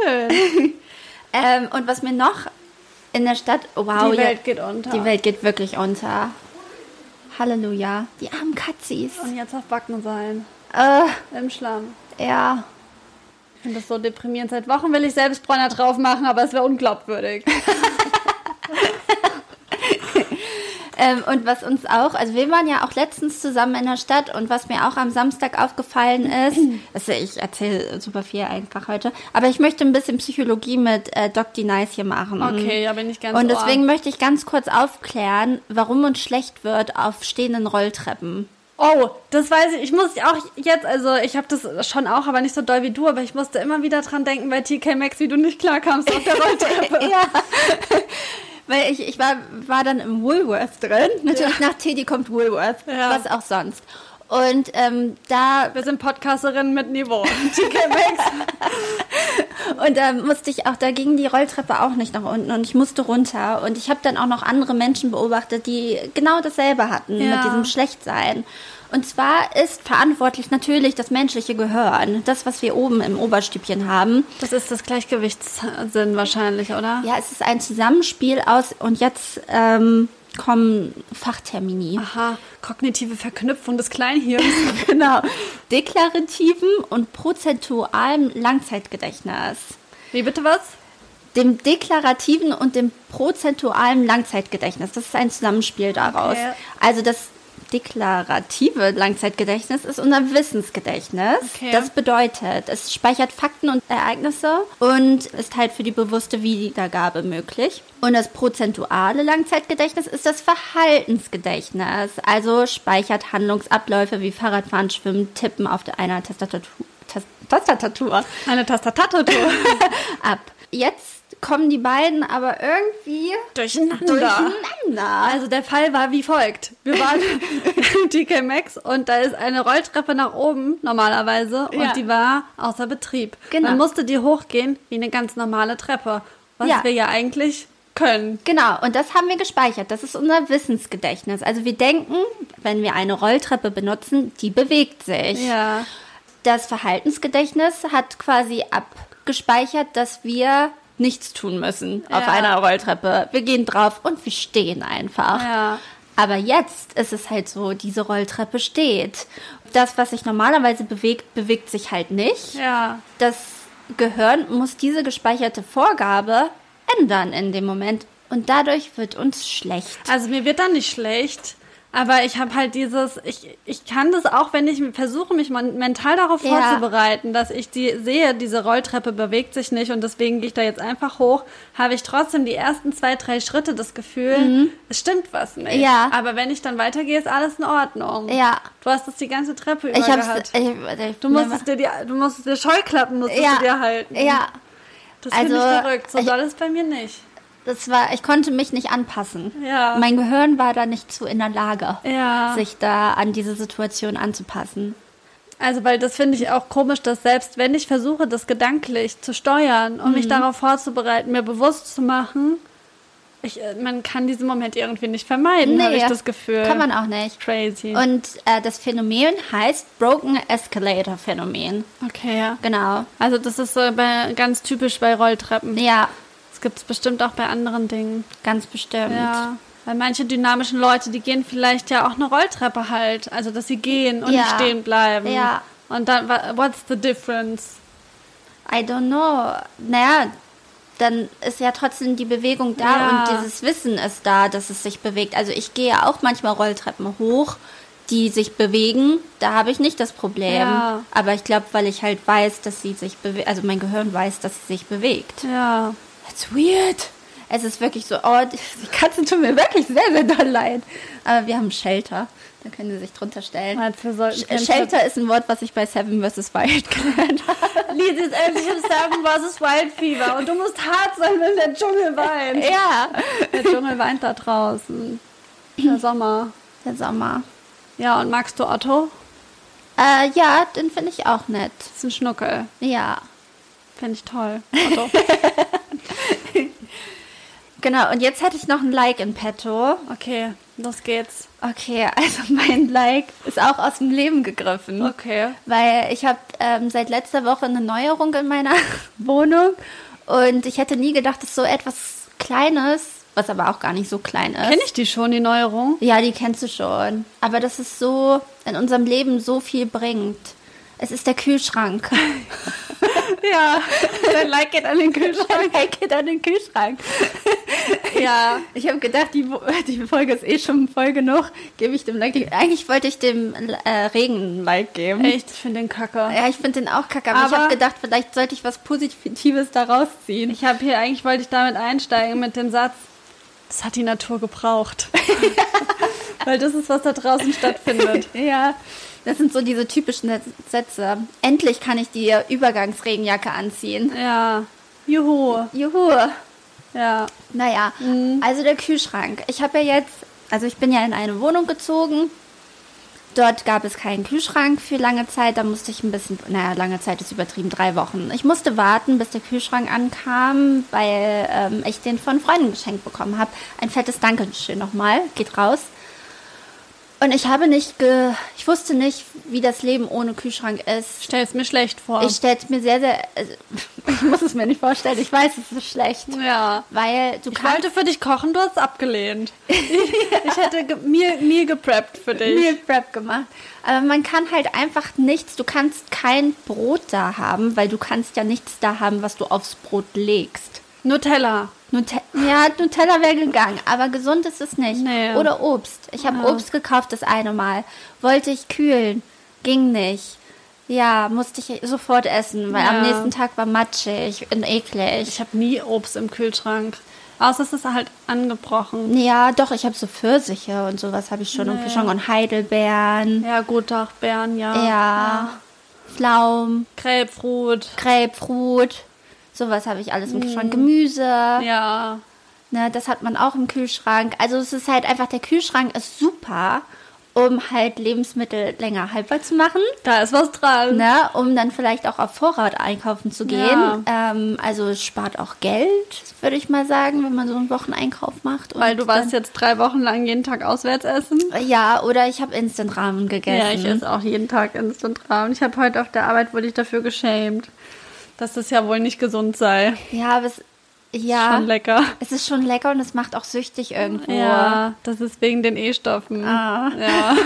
[SPEAKER 1] Schön.
[SPEAKER 2] ähm, und was mir noch in der Stadt. Wow,
[SPEAKER 1] Die
[SPEAKER 2] ja,
[SPEAKER 1] Welt geht unter.
[SPEAKER 2] die Welt geht wirklich unter. Halleluja. Die armen Katzis.
[SPEAKER 1] Und jetzt auf Backen sein.
[SPEAKER 2] Äh,
[SPEAKER 1] Im Schlamm.
[SPEAKER 2] ja.
[SPEAKER 1] Ich finde das so deprimierend. Seit Wochen will ich selbst Bräuner drauf machen, aber es wäre unglaubwürdig.
[SPEAKER 2] Ähm, und was uns auch, also wir waren ja auch letztens zusammen in der Stadt und was mir auch am Samstag aufgefallen ist, also ich erzähle super viel einfach heute, aber ich möchte ein bisschen Psychologie mit äh, Doc Denice hier machen.
[SPEAKER 1] Okay, da bin ich ganz
[SPEAKER 2] Und
[SPEAKER 1] ohr.
[SPEAKER 2] deswegen möchte ich ganz kurz aufklären, warum uns schlecht wird auf stehenden Rolltreppen.
[SPEAKER 1] Oh, das weiß ich. Ich muss auch jetzt, also ich habe das schon auch, aber nicht so doll wie du, aber ich musste immer wieder dran denken bei TK Maxx, wie du nicht klarkamst auf der Rolltreppe.
[SPEAKER 2] ja. Weil ich, ich war, war dann im Woolworth drin. Natürlich nach Teddy kommt Woolworth.
[SPEAKER 1] Ja.
[SPEAKER 2] Was auch sonst. Und ähm, da
[SPEAKER 1] Wir sind Podcasterinnen mit Niveau. TK Maxx.
[SPEAKER 2] Und da musste ich auch, da ging die Rolltreppe auch nicht nach unten und ich musste runter. Und ich habe dann auch noch andere Menschen beobachtet, die genau dasselbe hatten
[SPEAKER 1] Ja.
[SPEAKER 2] mit diesem Schlechtsein. Und zwar ist verantwortlich natürlich das menschliche Gehirn, das, was wir oben im Oberstübchen haben.
[SPEAKER 1] Das ist das Gleichgewichtssinn wahrscheinlich, oder?
[SPEAKER 2] Ja, es ist ein Zusammenspiel aus, und jetzt ähm, kommen Fachtermini.
[SPEAKER 1] Aha, kognitive Verknüpfung des Kleinhirns.
[SPEAKER 2] Genau. Deklarativen und prozentualem Langzeitgedächtnis.
[SPEAKER 1] Wie bitte was?
[SPEAKER 2] dem deklarativen und dem prozentualen Langzeitgedächtnis. Das ist ein Zusammenspiel daraus.
[SPEAKER 1] Okay.
[SPEAKER 2] Also das deklarative Langzeitgedächtnis ist unser Wissensgedächtnis.
[SPEAKER 1] Okay.
[SPEAKER 2] Das bedeutet, es speichert Fakten und Ereignisse und ist halt für die bewusste Wiedergabe möglich. Und das prozentuale Langzeitgedächtnis ist das Verhaltensgedächtnis. Also speichert Handlungsabläufe wie Fahrradfahren, Schwimmen, Tippen auf der- einer Tastatur. Tas- Tastatur
[SPEAKER 1] Eine Tastatatour.
[SPEAKER 2] ab. Jetzt kommen die beiden aber irgendwie
[SPEAKER 1] Durcheinander.
[SPEAKER 2] durcheinander.
[SPEAKER 1] Also der Fall war wie folgt. Wir waren im TK Maxx und da ist eine Rolltreppe nach oben normalerweise und
[SPEAKER 2] Ja.
[SPEAKER 1] die war außer Betrieb.
[SPEAKER 2] Genau.
[SPEAKER 1] Man musste die hochgehen wie eine ganz normale Treppe, was
[SPEAKER 2] Ja.
[SPEAKER 1] wir ja eigentlich können.
[SPEAKER 2] Genau, und das haben wir gespeichert. Das ist unser Wissensgedächtnis. Also wir denken, wenn wir eine Rolltreppe benutzen, die bewegt sich.
[SPEAKER 1] Ja.
[SPEAKER 2] Das Verhaltensgedächtnis hat quasi abgespeichert, dass wir nichts tun müssen auf
[SPEAKER 1] Ja.
[SPEAKER 2] einer Rolltreppe. Wir gehen drauf und wir stehen einfach.
[SPEAKER 1] Ja.
[SPEAKER 2] Aber jetzt ist es halt so, diese Rolltreppe steht. Das, was sich normalerweise bewegt, bewegt sich halt nicht.
[SPEAKER 1] Ja.
[SPEAKER 2] Das Gehirn muss diese gespeicherte Vorgabe ändern in dem Moment. Und dadurch wird uns schlecht.
[SPEAKER 1] Also mir wird dann nicht schlecht, aber ich habe halt dieses, ich, ich kann das auch, wenn ich versuche, mich mon- mental darauf
[SPEAKER 2] Ja.
[SPEAKER 1] vorzubereiten, dass ich die sehe, diese Rolltreppe bewegt sich nicht und deswegen gehe ich da jetzt einfach hoch, habe ich trotzdem die ersten zwei, drei Schritte das Gefühl, es stimmt was nicht.
[SPEAKER 2] Mhm. Ja.
[SPEAKER 1] Aber wenn ich dann weitergehe, ist alles in Ordnung.
[SPEAKER 2] Ja.
[SPEAKER 1] Du hast es die ganze Treppe über
[SPEAKER 2] Ich hab's.
[SPEAKER 1] gehabt.
[SPEAKER 2] Ich, ich,
[SPEAKER 1] Du musstest dir die, du musstest dir Scheuklappen musstest
[SPEAKER 2] ja,
[SPEAKER 1] du dir halten.
[SPEAKER 2] Ja,
[SPEAKER 1] Das
[SPEAKER 2] also,
[SPEAKER 1] finde ich verrückt. So
[SPEAKER 2] ich-
[SPEAKER 1] soll es bei mir nicht.
[SPEAKER 2] das war, ich konnte mich nicht anpassen.
[SPEAKER 1] Ja.
[SPEAKER 2] Mein Gehirn war da nicht zu in der Lage,
[SPEAKER 1] Ja.
[SPEAKER 2] sich da an diese Situation anzupassen.
[SPEAKER 1] Also, weil das finde ich auch komisch, dass selbst wenn ich versuche, das gedanklich zu steuern und mich
[SPEAKER 2] Mhm.
[SPEAKER 1] darauf vorzubereiten, mir bewusst zu machen, ich, äh, man kann diesen Moment irgendwie nicht vermeiden, habe ich das Gefühl.
[SPEAKER 2] Kann man auch nicht.
[SPEAKER 1] Crazy.
[SPEAKER 2] Und äh, das Phänomen heißt Broken Escalator Phänomen.
[SPEAKER 1] okay, ja.
[SPEAKER 2] Genau.
[SPEAKER 1] Also, das ist so bei, ganz typisch bei Rolltreppen.
[SPEAKER 2] Ja,
[SPEAKER 1] Das gibt es bestimmt auch bei anderen Dingen.
[SPEAKER 2] ganz bestimmt.
[SPEAKER 1] Ja. Weil manche dynamischen Leute, die gehen vielleicht ja auch eine Rolltreppe halt. Also, dass sie gehen und
[SPEAKER 2] Ja.
[SPEAKER 1] nicht stehen bleiben.
[SPEAKER 2] Ja.
[SPEAKER 1] Und dann, wa- what's the difference?
[SPEAKER 2] I don't know. Naja, dann ist ja trotzdem die Bewegung da
[SPEAKER 1] Ja.
[SPEAKER 2] und dieses Wissen ist da, dass es sich bewegt. Also ich gehe ja auch manchmal Rolltreppen hoch, die sich bewegen. Da habe ich nicht das Problem.
[SPEAKER 1] Ja.
[SPEAKER 2] Aber ich glaube, weil ich halt weiß, dass sie sich bewegt. Also mein Gehirn weiß, dass sie sich bewegt.
[SPEAKER 1] Ja.
[SPEAKER 2] That's weird. Es ist wirklich so, oh, die Katzen tun mir wirklich sehr, sehr doll leid. Aber wir haben einen Shelter. Da können sie sich drunter stellen.
[SPEAKER 1] Meinst du, Halt, wir sollten
[SPEAKER 2] Sch- Shelter ist ein Wort, was ich bei Seven vs. Wild gelernt habe.
[SPEAKER 1] Lisi ist endlich im Seven vs. Wild Fever und du musst hart sein, wenn der Dschungel weint.
[SPEAKER 2] Ja.
[SPEAKER 1] Der Dschungel weint da draußen. Der Sommer.
[SPEAKER 2] Der Sommer.
[SPEAKER 1] Ja, und magst du Otto?
[SPEAKER 2] Äh, ja, den finde ich auch nett.
[SPEAKER 1] Das ist ein Schnuckel.
[SPEAKER 2] Ja.
[SPEAKER 1] Finde ich toll. Otto.
[SPEAKER 2] Genau, und jetzt hätte ich noch ein Like in petto.
[SPEAKER 1] Okay, los geht's.
[SPEAKER 2] Okay, also mein Like ist auch aus dem Leben gegriffen.
[SPEAKER 1] Okay.
[SPEAKER 2] Weil ich habe ähm, seit letzter Woche eine Neuerung in meiner Wohnung und ich hätte nie gedacht, dass so etwas Kleines, was aber auch gar nicht so klein ist.
[SPEAKER 1] Kenne ich die schon, die Neuerung?
[SPEAKER 2] Ja, die kennst du schon. Aber dass es so in unserem Leben so viel bringt. Es ist der Kühlschrank.
[SPEAKER 1] Ja, dann like it an den Kühlschrank.
[SPEAKER 2] Like it an den Kühlschrank. ja, ich habe gedacht, die, die Folge ist eh schon voll genug. Gebe ich dem Like. Eigentlich wollte ich dem äh, Regen ein Like geben.
[SPEAKER 1] Echt, ich finde den kacke.
[SPEAKER 2] Ja, ich finde den auch kacke, aber, ich
[SPEAKER 1] Aber-
[SPEAKER 2] habe gedacht, vielleicht sollte ich was Positives daraus ziehen.
[SPEAKER 1] Ich habe hier eigentlich, wollte ich damit einsteigen mit dem Satz, das hat die Natur gebraucht. Weil das ist, was da draußen stattfindet.
[SPEAKER 2] Ja, das sind so diese typischen Sätze. Endlich kann ich die Übergangsregenjacke anziehen.
[SPEAKER 1] Ja. Juhu.
[SPEAKER 2] Juhu.
[SPEAKER 1] Ja.
[SPEAKER 2] Naja, also der Kühlschrank. Ich habe ja jetzt, also ich bin ja in eine Wohnung gezogen. Dort gab es keinen Kühlschrank für lange Zeit. Da musste ich ein bisschen, naja, lange Zeit ist übertrieben, drei Wochen. Ich musste warten, bis der Kühlschrank ankam, weil ähm, ich den von Freunden geschenkt bekommen habe. Ein fettes Dankeschön nochmal, geht raus. Und ich habe nicht ge, ich wusste nicht, wie das Leben ohne Kühlschrank ist.
[SPEAKER 1] Stell es mir schlecht vor.
[SPEAKER 2] Ich stelle es mir sehr, sehr, also, ich muss es mir nicht vorstellen. Ich weiß, es ist schlecht.
[SPEAKER 1] ja.
[SPEAKER 2] Weil du
[SPEAKER 1] Ich
[SPEAKER 2] kannst.
[SPEAKER 1] wollte für dich kochen, du hast abgelehnt. Ich hätte ge mir, mir gepreppt für dich.
[SPEAKER 2] Meal Prep gemacht. Aber man kann halt einfach nichts, du kannst kein Brot da haben, weil du kannst ja nichts da haben, was du aufs Brot legst.
[SPEAKER 1] Nutella.
[SPEAKER 2] Nute ja, Nutella wäre gegangen, aber gesund ist es nicht.
[SPEAKER 1] Nee.
[SPEAKER 2] Oder Obst. Ich habe
[SPEAKER 1] Ja.
[SPEAKER 2] Obst gekauft das eine Mal. Wollte ich kühlen, ging nicht. Ja, musste ich sofort essen, weil
[SPEAKER 1] Ja.
[SPEAKER 2] am nächsten Tag war matschig und eklig.
[SPEAKER 1] Ich habe nie Obst im Kühlschrank. Außer es ist halt angebrochen.
[SPEAKER 2] Ja, doch, ich habe so Pfirsiche und sowas habe ich schon und Pichon und Heidelbeeren.
[SPEAKER 1] Ja, gut, doch, Bären, ja.
[SPEAKER 2] Ja. Pflaumen.
[SPEAKER 1] Grapefruit.
[SPEAKER 2] Grapefruit, sowas habe ich alles im
[SPEAKER 1] Mhm.
[SPEAKER 2] Kühlschrank. Gemüse,
[SPEAKER 1] Ja.
[SPEAKER 2] ne, das hat man auch im Kühlschrank. Also es ist halt einfach, der Kühlschrank ist super, um halt Lebensmittel länger haltbar zu machen,
[SPEAKER 1] Da ist was dran.
[SPEAKER 2] ne, um dann vielleicht auch auf Vorrat einkaufen zu gehen. Ähm, also es spart auch Geld, würde ich mal sagen, wenn man so einen Wocheneinkauf macht.
[SPEAKER 1] Weil du
[SPEAKER 2] Und
[SPEAKER 1] warst jetzt drei Wochen lang jeden Tag auswärts essen.
[SPEAKER 2] dann, ja, oder ich habe Instant-Rahmen gegessen.
[SPEAKER 1] Ja, ich esse auch jeden Tag Instant Ramen. Ich habe heute auf der Arbeit wurde ich dafür geschämt, dass das ja wohl nicht gesund sei.
[SPEAKER 2] ja, aber es, ja,
[SPEAKER 1] Schon lecker.
[SPEAKER 2] es ist schon lecker und es macht auch süchtig irgendwo.
[SPEAKER 1] Ja, das ist wegen den E-Stoffen.
[SPEAKER 2] Ah.
[SPEAKER 1] Ja.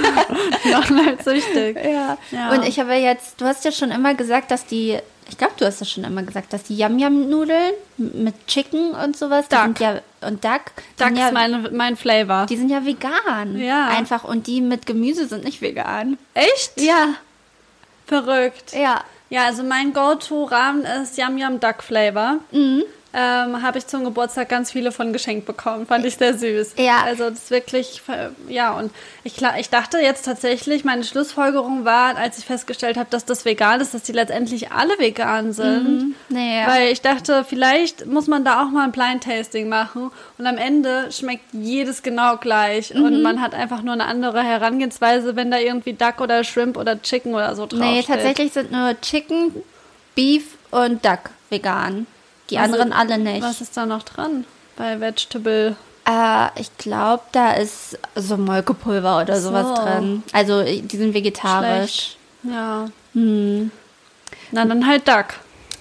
[SPEAKER 1] Noch mal süchtig.
[SPEAKER 2] Ja.
[SPEAKER 1] Ja.
[SPEAKER 2] Und ich habe jetzt, du hast ja schon immer gesagt, dass die, ich glaube, du hast das schon immer gesagt, dass die Yam-Yam-Nudeln mit Chicken und sowas, die
[SPEAKER 1] Duck.
[SPEAKER 2] sind ja, und Duck, die
[SPEAKER 1] Duck
[SPEAKER 2] sind ja,
[SPEAKER 1] ist meine, mein Flavor.
[SPEAKER 2] die sind ja vegan.
[SPEAKER 1] Ja.
[SPEAKER 2] Einfach, und die mit Gemüse sind nicht vegan.
[SPEAKER 1] Echt?
[SPEAKER 2] Ja,
[SPEAKER 1] Verrückt.
[SPEAKER 2] ja.
[SPEAKER 1] Ja, also mein Go-To-Rahmen ist Yum Yum Duck Flavor.
[SPEAKER 2] Mhm.
[SPEAKER 1] Ähm, Habe ich zum Geburtstag ganz viele von geschenkt bekommen. Fand ich sehr süß.
[SPEAKER 2] Ja.
[SPEAKER 1] Also das ist wirklich, äh, ja, und ich, klar, ich dachte jetzt tatsächlich, meine Schlussfolgerung war, als ich festgestellt habe, dass das vegan ist, dass die letztendlich alle vegan sind.
[SPEAKER 2] Mhm. Naja.
[SPEAKER 1] Weil ich dachte, vielleicht muss man da auch mal ein Blind Tasting machen und am Ende schmeckt jedes genau gleich
[SPEAKER 2] Mhm.
[SPEAKER 1] und man hat einfach nur eine andere Herangehensweise, wenn da irgendwie Duck oder Shrimp oder Chicken oder so drauf
[SPEAKER 2] nee, tatsächlich sind nur Chicken, Beef und Duck vegan. Die
[SPEAKER 1] Was
[SPEAKER 2] anderen
[SPEAKER 1] ist-
[SPEAKER 2] alle nicht.
[SPEAKER 1] Also, Was ist da noch dran bei Vegetable?
[SPEAKER 2] Äh, ich glaube, da ist so Molkepulver oder sowas
[SPEAKER 1] So.
[SPEAKER 2] drin. Also, die sind vegetarisch.
[SPEAKER 1] Schlecht. Ja.
[SPEAKER 2] Hm.
[SPEAKER 1] Na, dann halt Duck.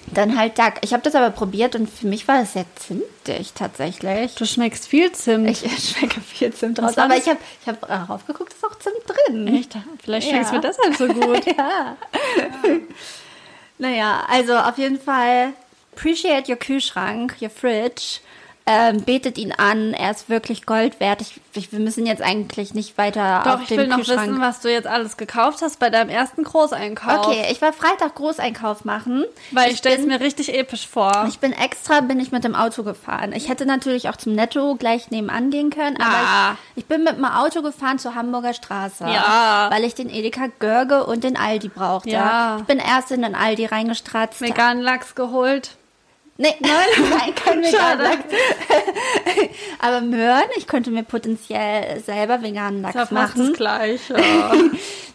[SPEAKER 2] Dann halt Duck. Ich habe das aber probiert und für mich war das sehr zimtig tatsächlich.
[SPEAKER 1] Du schmeckst viel Zimt.
[SPEAKER 2] Ich schmecke viel Zimt
[SPEAKER 1] Was
[SPEAKER 2] raus. Aber
[SPEAKER 1] alles?
[SPEAKER 2] ich habe ich hab darauf geguckt, ist auch Zimt drin.
[SPEAKER 1] Echt? Vielleicht
[SPEAKER 2] Ja.
[SPEAKER 1] schmeckst du deshalb so gut.
[SPEAKER 2] Ja. naja, also auf jeden Fall appreciate your Kühlschrank, your fridge. Ähm, betet ihn an, er ist wirklich Gold wert. Ich, ich, wir müssen jetzt eigentlich nicht weiter
[SPEAKER 1] Doch,
[SPEAKER 2] auf
[SPEAKER 1] ich
[SPEAKER 2] den
[SPEAKER 1] will noch
[SPEAKER 2] Kühlschrank.
[SPEAKER 1] wissen, was du jetzt alles gekauft hast bei deinem ersten Großeinkauf.
[SPEAKER 2] okay, ich war Freitag Großeinkauf machen.
[SPEAKER 1] Weil ich stelle es
[SPEAKER 2] bin-
[SPEAKER 1] mir richtig episch vor.
[SPEAKER 2] Ich bin extra, bin ich mit dem Auto gefahren. Ich hätte natürlich auch zum Netto gleich nebenan gehen können, aber
[SPEAKER 1] Ah.
[SPEAKER 2] ich, ich bin mit dem Auto gefahren zur Hamburger Straße.
[SPEAKER 1] Ja.
[SPEAKER 2] Weil ich den Edeka Görge und den Aldi brauchte.
[SPEAKER 1] Ja.
[SPEAKER 2] Ich bin erst in den Aldi reingestratzt.
[SPEAKER 1] Veganen Lachs geholt.
[SPEAKER 2] Nee, nein, nein, kein veganen
[SPEAKER 1] Schade.
[SPEAKER 2] Lachs. aber Möhren, ich könnte mir potenziell selber veganen
[SPEAKER 1] Ist ja
[SPEAKER 2] Lachs
[SPEAKER 1] fast
[SPEAKER 2] machen.
[SPEAKER 1] das Gleiche. Ja.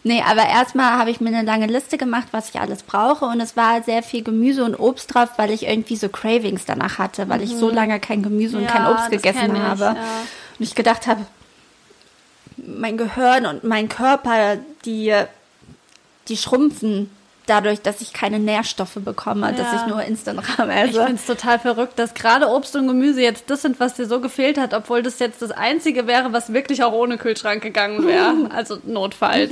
[SPEAKER 2] Nee, aber erstmal habe ich mir eine lange Liste gemacht, was ich alles brauche. Und es war sehr viel Gemüse und Obst drauf, weil ich irgendwie so Cravings danach hatte, weil ich so lange kein Gemüse und
[SPEAKER 1] Mhm. Ja,
[SPEAKER 2] kein Obst
[SPEAKER 1] das
[SPEAKER 2] gegessen
[SPEAKER 1] kenn ich,
[SPEAKER 2] habe.
[SPEAKER 1] ja.
[SPEAKER 2] Und ich gedacht habe, mein Gehirn und mein Körper, die, die schrumpfen dadurch, dass ich keine Nährstoffe bekomme, dass
[SPEAKER 1] Ja.
[SPEAKER 2] ich nur Instant-Rahmen
[SPEAKER 1] Ich
[SPEAKER 2] esse.
[SPEAKER 1] finde es total verrückt, dass gerade Obst und Gemüse jetzt das sind, was dir so gefehlt hat, obwohl das jetzt das Einzige wäre, was wirklich auch ohne Uh. Kühlschrank gegangen wäre. Also notfalls.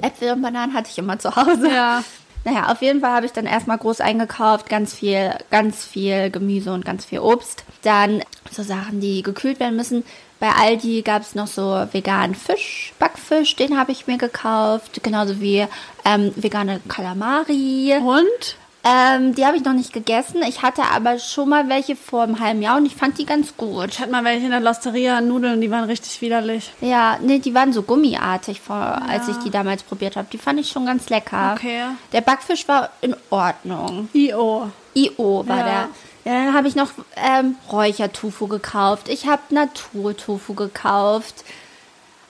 [SPEAKER 2] Äpfel und Bananen hatte ich immer zu Hause.
[SPEAKER 1] Ja.
[SPEAKER 2] Naja, auf jeden Fall habe ich dann erstmal groß eingekauft, ganz viel, ganz viel Gemüse und ganz viel Obst. Dann so Sachen, die gekühlt werden müssen. Bei Aldi gab es noch so veganen Fisch, Backfisch, den habe ich mir gekauft. Genauso wie ähm, vegane Kalamari.
[SPEAKER 1] Und?
[SPEAKER 2] Ähm, die habe ich noch nicht gegessen. Ich hatte aber schon mal welche vor einem halben Jahr und ich fand die ganz gut.
[SPEAKER 1] Ich hatte mal welche in der Losteria Nudeln, die waren richtig widerlich.
[SPEAKER 2] Ja, nee, die waren so gummiartig, vor, als ich die damals probiert habe. Die fand ich schon ganz lecker.
[SPEAKER 1] Okay.
[SPEAKER 2] Der Backfisch war in Ordnung.
[SPEAKER 1] IO.
[SPEAKER 2] IO war
[SPEAKER 1] Ja.
[SPEAKER 2] der. Ja, dann habe ich noch ähm, Räuchertofu gekauft. Ich habe Naturtofu gekauft.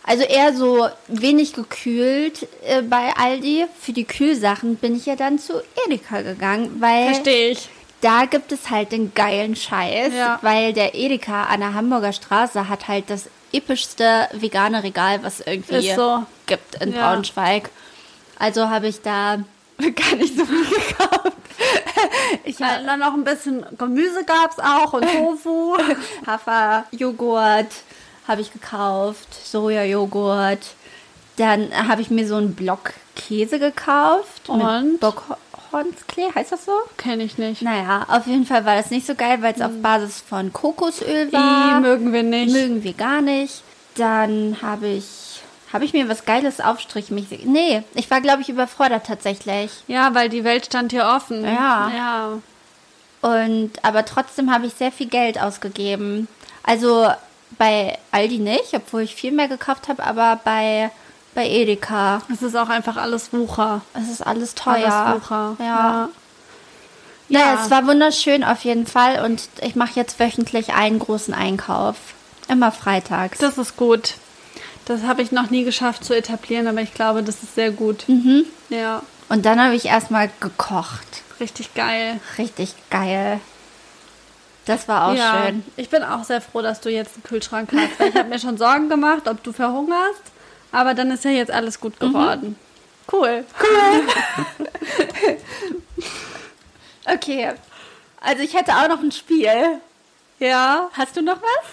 [SPEAKER 2] Also eher so wenig gekühlt äh, bei Aldi. Für die Kühlsachen bin ich ja dann zu Edeka gegangen, weil
[SPEAKER 1] Verstehe ich.
[SPEAKER 2] da gibt es halt den geilen Scheiß,
[SPEAKER 1] Ja.
[SPEAKER 2] weil der Edeka an der Hamburger Straße hat halt das epischste vegane Regal, was irgendwie
[SPEAKER 1] Ist so.
[SPEAKER 2] gibt in
[SPEAKER 1] Ja.
[SPEAKER 2] Braunschweig. Also habe ich da gar nicht so viel gekauft. Ich
[SPEAKER 1] Ja. Dann noch ein bisschen Gemüse gab es auch und Tofu.
[SPEAKER 2] Hafer, Joghurt habe ich gekauft, Sojajoghurt. Dann habe ich mir so einen Block Käse gekauft.
[SPEAKER 1] Und?
[SPEAKER 2] Mit Bockhornsklee, heißt das so?
[SPEAKER 1] Kenne ich nicht.
[SPEAKER 2] Naja, auf jeden Fall war das nicht so geil, weil es auf Basis von Kokosöl
[SPEAKER 1] I
[SPEAKER 2] war.
[SPEAKER 1] mögen wir nicht.
[SPEAKER 2] Mögen wir gar nicht. Dann habe ich, habe ich mir was Geiles aufstrichmäßig. Nee, ich war, glaube ich, überfordert tatsächlich.
[SPEAKER 1] Ja, weil die Welt stand hier offen.
[SPEAKER 2] Ja.
[SPEAKER 1] Ja.
[SPEAKER 2] Und aber trotzdem habe ich sehr viel Geld ausgegeben. Also bei Aldi nicht, obwohl ich viel mehr gekauft habe, aber bei bei Edeka.
[SPEAKER 1] Es ist auch einfach alles Wucher.
[SPEAKER 2] Es ist alles
[SPEAKER 1] Ah
[SPEAKER 2] teuer.
[SPEAKER 1] Alles Wucher.
[SPEAKER 2] Ah, Ja.
[SPEAKER 1] Ja.
[SPEAKER 2] Ja. es war wunderschön auf jeden Fall und ich mache jetzt wöchentlich einen großen Einkauf. Immer freitags.
[SPEAKER 1] Das ist gut. Das habe ich noch nie geschafft zu etablieren, aber ich glaube, das ist sehr gut. Ja,
[SPEAKER 2] Und dann habe ich erstmal gekocht.
[SPEAKER 1] richtig geil.
[SPEAKER 2] Richtig geil. Das war auch
[SPEAKER 1] ja.
[SPEAKER 2] schön.
[SPEAKER 1] Ich bin auch sehr froh, dass du jetzt einen Kühlschrank hast. Weil ich habe mir schon Sorgen gemacht, ob du verhungerst. Aber dann ist ja jetzt alles gut geworden. Cool.
[SPEAKER 2] Okay. Also ich hätte auch noch ein Spiel.
[SPEAKER 1] Ja.
[SPEAKER 2] Hast du noch was?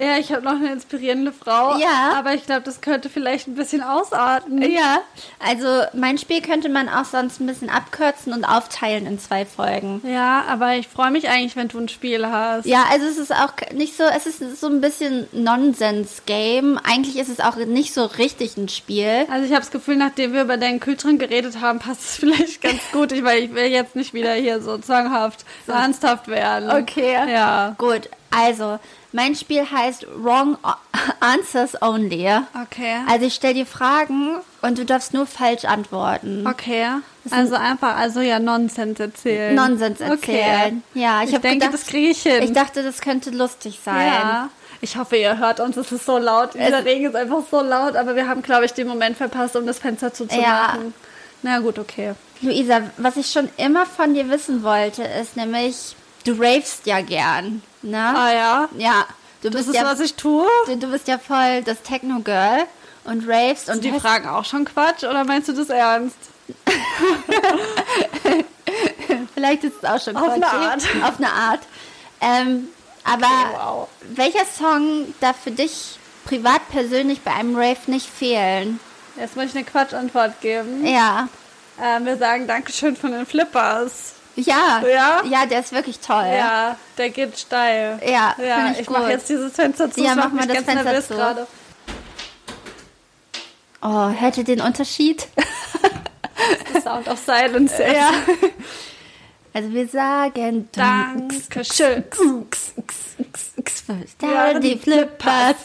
[SPEAKER 1] Ja, ich habe noch eine inspirierende Frau.
[SPEAKER 2] Ja.
[SPEAKER 1] Aber ich glaube, das könnte vielleicht ein bisschen ausarten.
[SPEAKER 2] Ja, also mein Spiel könnte man auch sonst ein bisschen abkürzen und aufteilen in zwei Folgen.
[SPEAKER 1] Ja, aber ich freue mich eigentlich, wenn du ein Spiel hast.
[SPEAKER 2] Ja, also es ist auch nicht so, es ist so ein bisschen Nonsens-Game. Eigentlich ist es auch nicht so richtig ein Spiel.
[SPEAKER 1] Also ich habe das Gefühl, nachdem wir über deinen Kühlschrank geredet haben, passt es vielleicht ganz gut. Ich, weil ich will jetzt nicht wieder hier so zwanghaft, ernsthaft werden.
[SPEAKER 2] Okay.
[SPEAKER 1] Ja.
[SPEAKER 2] Gut, also mein Spiel heißt Wrong O- Answers Only.
[SPEAKER 1] Okay.
[SPEAKER 2] Also ich stelle dir Fragen und du darfst nur falsch antworten.
[SPEAKER 1] Okay. Also einfach, also ja, Nonsens erzählen.
[SPEAKER 2] Nonsens erzählen. Ja, ich,
[SPEAKER 1] Ich,
[SPEAKER 2] hab
[SPEAKER 1] denke,
[SPEAKER 2] gedacht,
[SPEAKER 1] das kriege ich hin.
[SPEAKER 2] ich dachte, das könnte lustig sein.
[SPEAKER 1] ja. Ich hoffe, ihr hört uns. Es ist so laut. Dieser Regen ist einfach so laut. Aber wir haben, glaube ich, den Moment verpasst, um das Fenster zuzumachen. Ja. Na gut, okay.
[SPEAKER 2] Luisa, was ich schon immer von dir wissen wollte, ist nämlich, du ravest ja gern, ne?
[SPEAKER 1] Ah ja.
[SPEAKER 2] Ja, du
[SPEAKER 1] Das
[SPEAKER 2] bist
[SPEAKER 1] ist,
[SPEAKER 2] ja,
[SPEAKER 1] was ich tue.
[SPEAKER 2] du, du bist ja voll das Techno-Girl und ravest und
[SPEAKER 1] Und die
[SPEAKER 2] hörst-
[SPEAKER 1] Fragen auch schon Quatsch? Oder meinst du das ernst?
[SPEAKER 2] vielleicht ist es auch schon
[SPEAKER 1] Auf eine
[SPEAKER 2] Quatsch. auf eine Art. Ähm, aber
[SPEAKER 1] Okay, wow.
[SPEAKER 2] welcher Song darf für dich privat persönlich bei einem Rave nicht fehlen?
[SPEAKER 1] Jetzt muss ich eine Quatschantwort geben.
[SPEAKER 2] Ja,
[SPEAKER 1] Ähm, wir sagen Dankeschön von den Flippers.
[SPEAKER 2] ja,
[SPEAKER 1] Ja?
[SPEAKER 2] ja, der ist wirklich toll.
[SPEAKER 1] Ja, der geht steil.
[SPEAKER 2] Ja,
[SPEAKER 1] ja
[SPEAKER 2] find
[SPEAKER 1] ich,
[SPEAKER 2] ich
[SPEAKER 1] mache
[SPEAKER 2] gut.
[SPEAKER 1] jetzt dieses Fenster zu.
[SPEAKER 2] Ja,
[SPEAKER 1] es
[SPEAKER 2] mach
[SPEAKER 1] macht mich
[SPEAKER 2] mal das
[SPEAKER 1] ganz
[SPEAKER 2] Fenster
[SPEAKER 1] nervös
[SPEAKER 2] zu.
[SPEAKER 1] gerade.
[SPEAKER 2] Oh, hört ihr den Unterschied?
[SPEAKER 1] The Sound of Silence. ja.
[SPEAKER 2] Also wir sagen
[SPEAKER 1] Dankeschön.
[SPEAKER 2] Ja, die Flippers.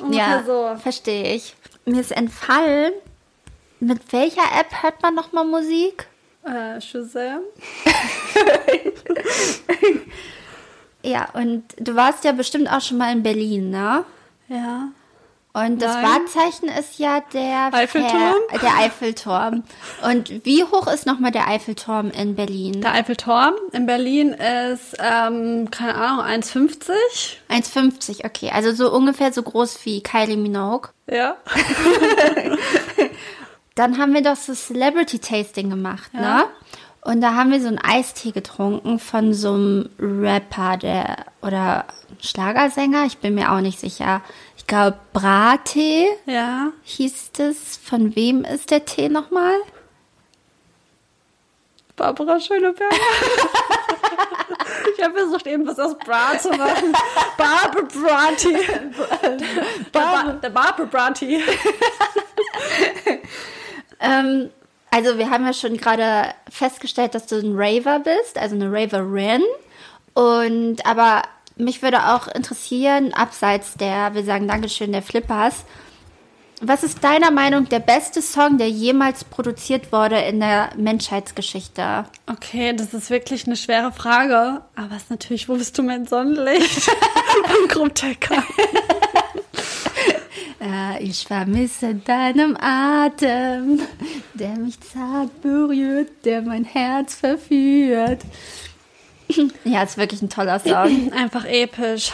[SPEAKER 1] Ungefähr
[SPEAKER 2] Ja,
[SPEAKER 1] so.
[SPEAKER 2] verstehe ich. Mir ist entfallen, mit welcher App hört man nochmal Musik?
[SPEAKER 1] Äh, Shazam.
[SPEAKER 2] Ja, und du warst ja bestimmt auch schon mal in Berlin, ne?
[SPEAKER 1] Ja.
[SPEAKER 2] Und das
[SPEAKER 1] Nein.
[SPEAKER 2] Wahrzeichen ist ja der
[SPEAKER 1] Eiffelturm?
[SPEAKER 2] Fer- der Eiffelturm. Und wie hoch ist nochmal der Eiffelturm in Berlin?
[SPEAKER 1] Der Eiffelturm in Berlin ist, ähm, keine Ahnung, 1,50.
[SPEAKER 2] 1,50, okay. Also so ungefähr so groß wie Kylie Minogue.
[SPEAKER 1] Ja.
[SPEAKER 2] Dann haben wir doch so Celebrity Tasting gemacht, ne? Und da haben wir so einen Eistee getrunken von so einem Rapper, der oder Schlagersänger, ich bin mir auch nicht sicher. Ich glaube, Brattee
[SPEAKER 1] Ja.
[SPEAKER 2] hieß es. Von wem ist der Tee nochmal?
[SPEAKER 1] Barbara Schöneberger. ich habe versucht, eben was aus Bra zu machen. Barbara Branti. Barbara, der Barbara Branti.
[SPEAKER 2] Ähm, also wir haben ja schon gerade festgestellt, dass du ein Raver bist, also eine Raverin. Und aber mich würde auch interessieren, abseits der, wir sagen Dankeschön, der Flippers, was ist deiner Meinung der beste Song, der jemals produziert wurde in der Menschheitsgeschichte?
[SPEAKER 1] Okay, das ist wirklich eine schwere Frage. Aber es ist natürlich, wo bist du mein Sonnenlicht? Am Krummtecker.
[SPEAKER 2] Äh, ich vermisse deinen Atem, der mich zart berührt, der mein Herz verführt. ja, ist wirklich ein toller Song.
[SPEAKER 1] Einfach episch.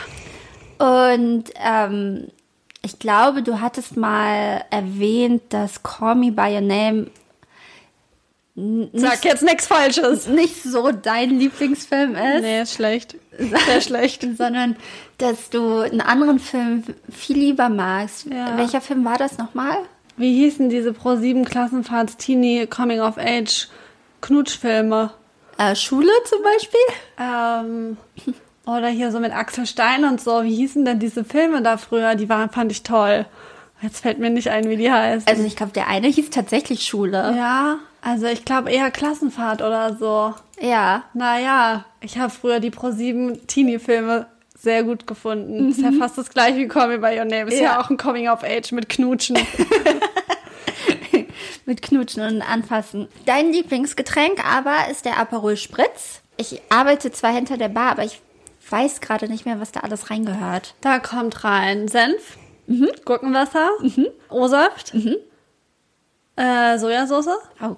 [SPEAKER 2] Und ähm, ich glaube, du hattest mal erwähnt, dass Call Me By Your Name n-
[SPEAKER 1] Sag jetzt nichts Falsches.
[SPEAKER 2] nicht so dein Lieblingsfilm ist,
[SPEAKER 1] Nee, ist schlecht. Sehr schlecht.
[SPEAKER 2] sondern dass du einen anderen Film viel lieber magst.
[SPEAKER 1] Ja.
[SPEAKER 2] Welcher Film war das nochmal?
[SPEAKER 1] Wie hießen diese Pro 7 Klassenfahrts Teenie Coming of Age Knutschfilme?
[SPEAKER 2] Äh, Schule zum Beispiel?
[SPEAKER 1] Ähm, oder hier so mit Axel Stein und so. Wie hießen denn diese Filme da früher? Die waren, fand ich toll. Jetzt fällt mir nicht ein, wie die heißen.
[SPEAKER 2] Also ich glaube, der eine hieß tatsächlich Schule.
[SPEAKER 1] ja, also ich glaube eher Klassenfahrt oder so.
[SPEAKER 2] Ja.
[SPEAKER 1] Naja, ich habe früher die Pro7 Teenie-Filme sehr gut gefunden. Ist ja fast das gleiche wie Call Me By Your Name. Ist ja,
[SPEAKER 2] Mhm. Ja.
[SPEAKER 1] auch ein Coming of Age mit Knutschen.
[SPEAKER 2] Mit Knutschen und Anfassen. Dein Lieblingsgetränk aber ist der Aperol Spritz. Ich arbeite zwar hinter der Bar, aber ich weiß gerade nicht mehr, was da alles reingehört.
[SPEAKER 1] Da kommt rein Senf,
[SPEAKER 2] Mhm.
[SPEAKER 1] Gurkenwasser, O-Saft, äh, Sojasauce.
[SPEAKER 2] Oh.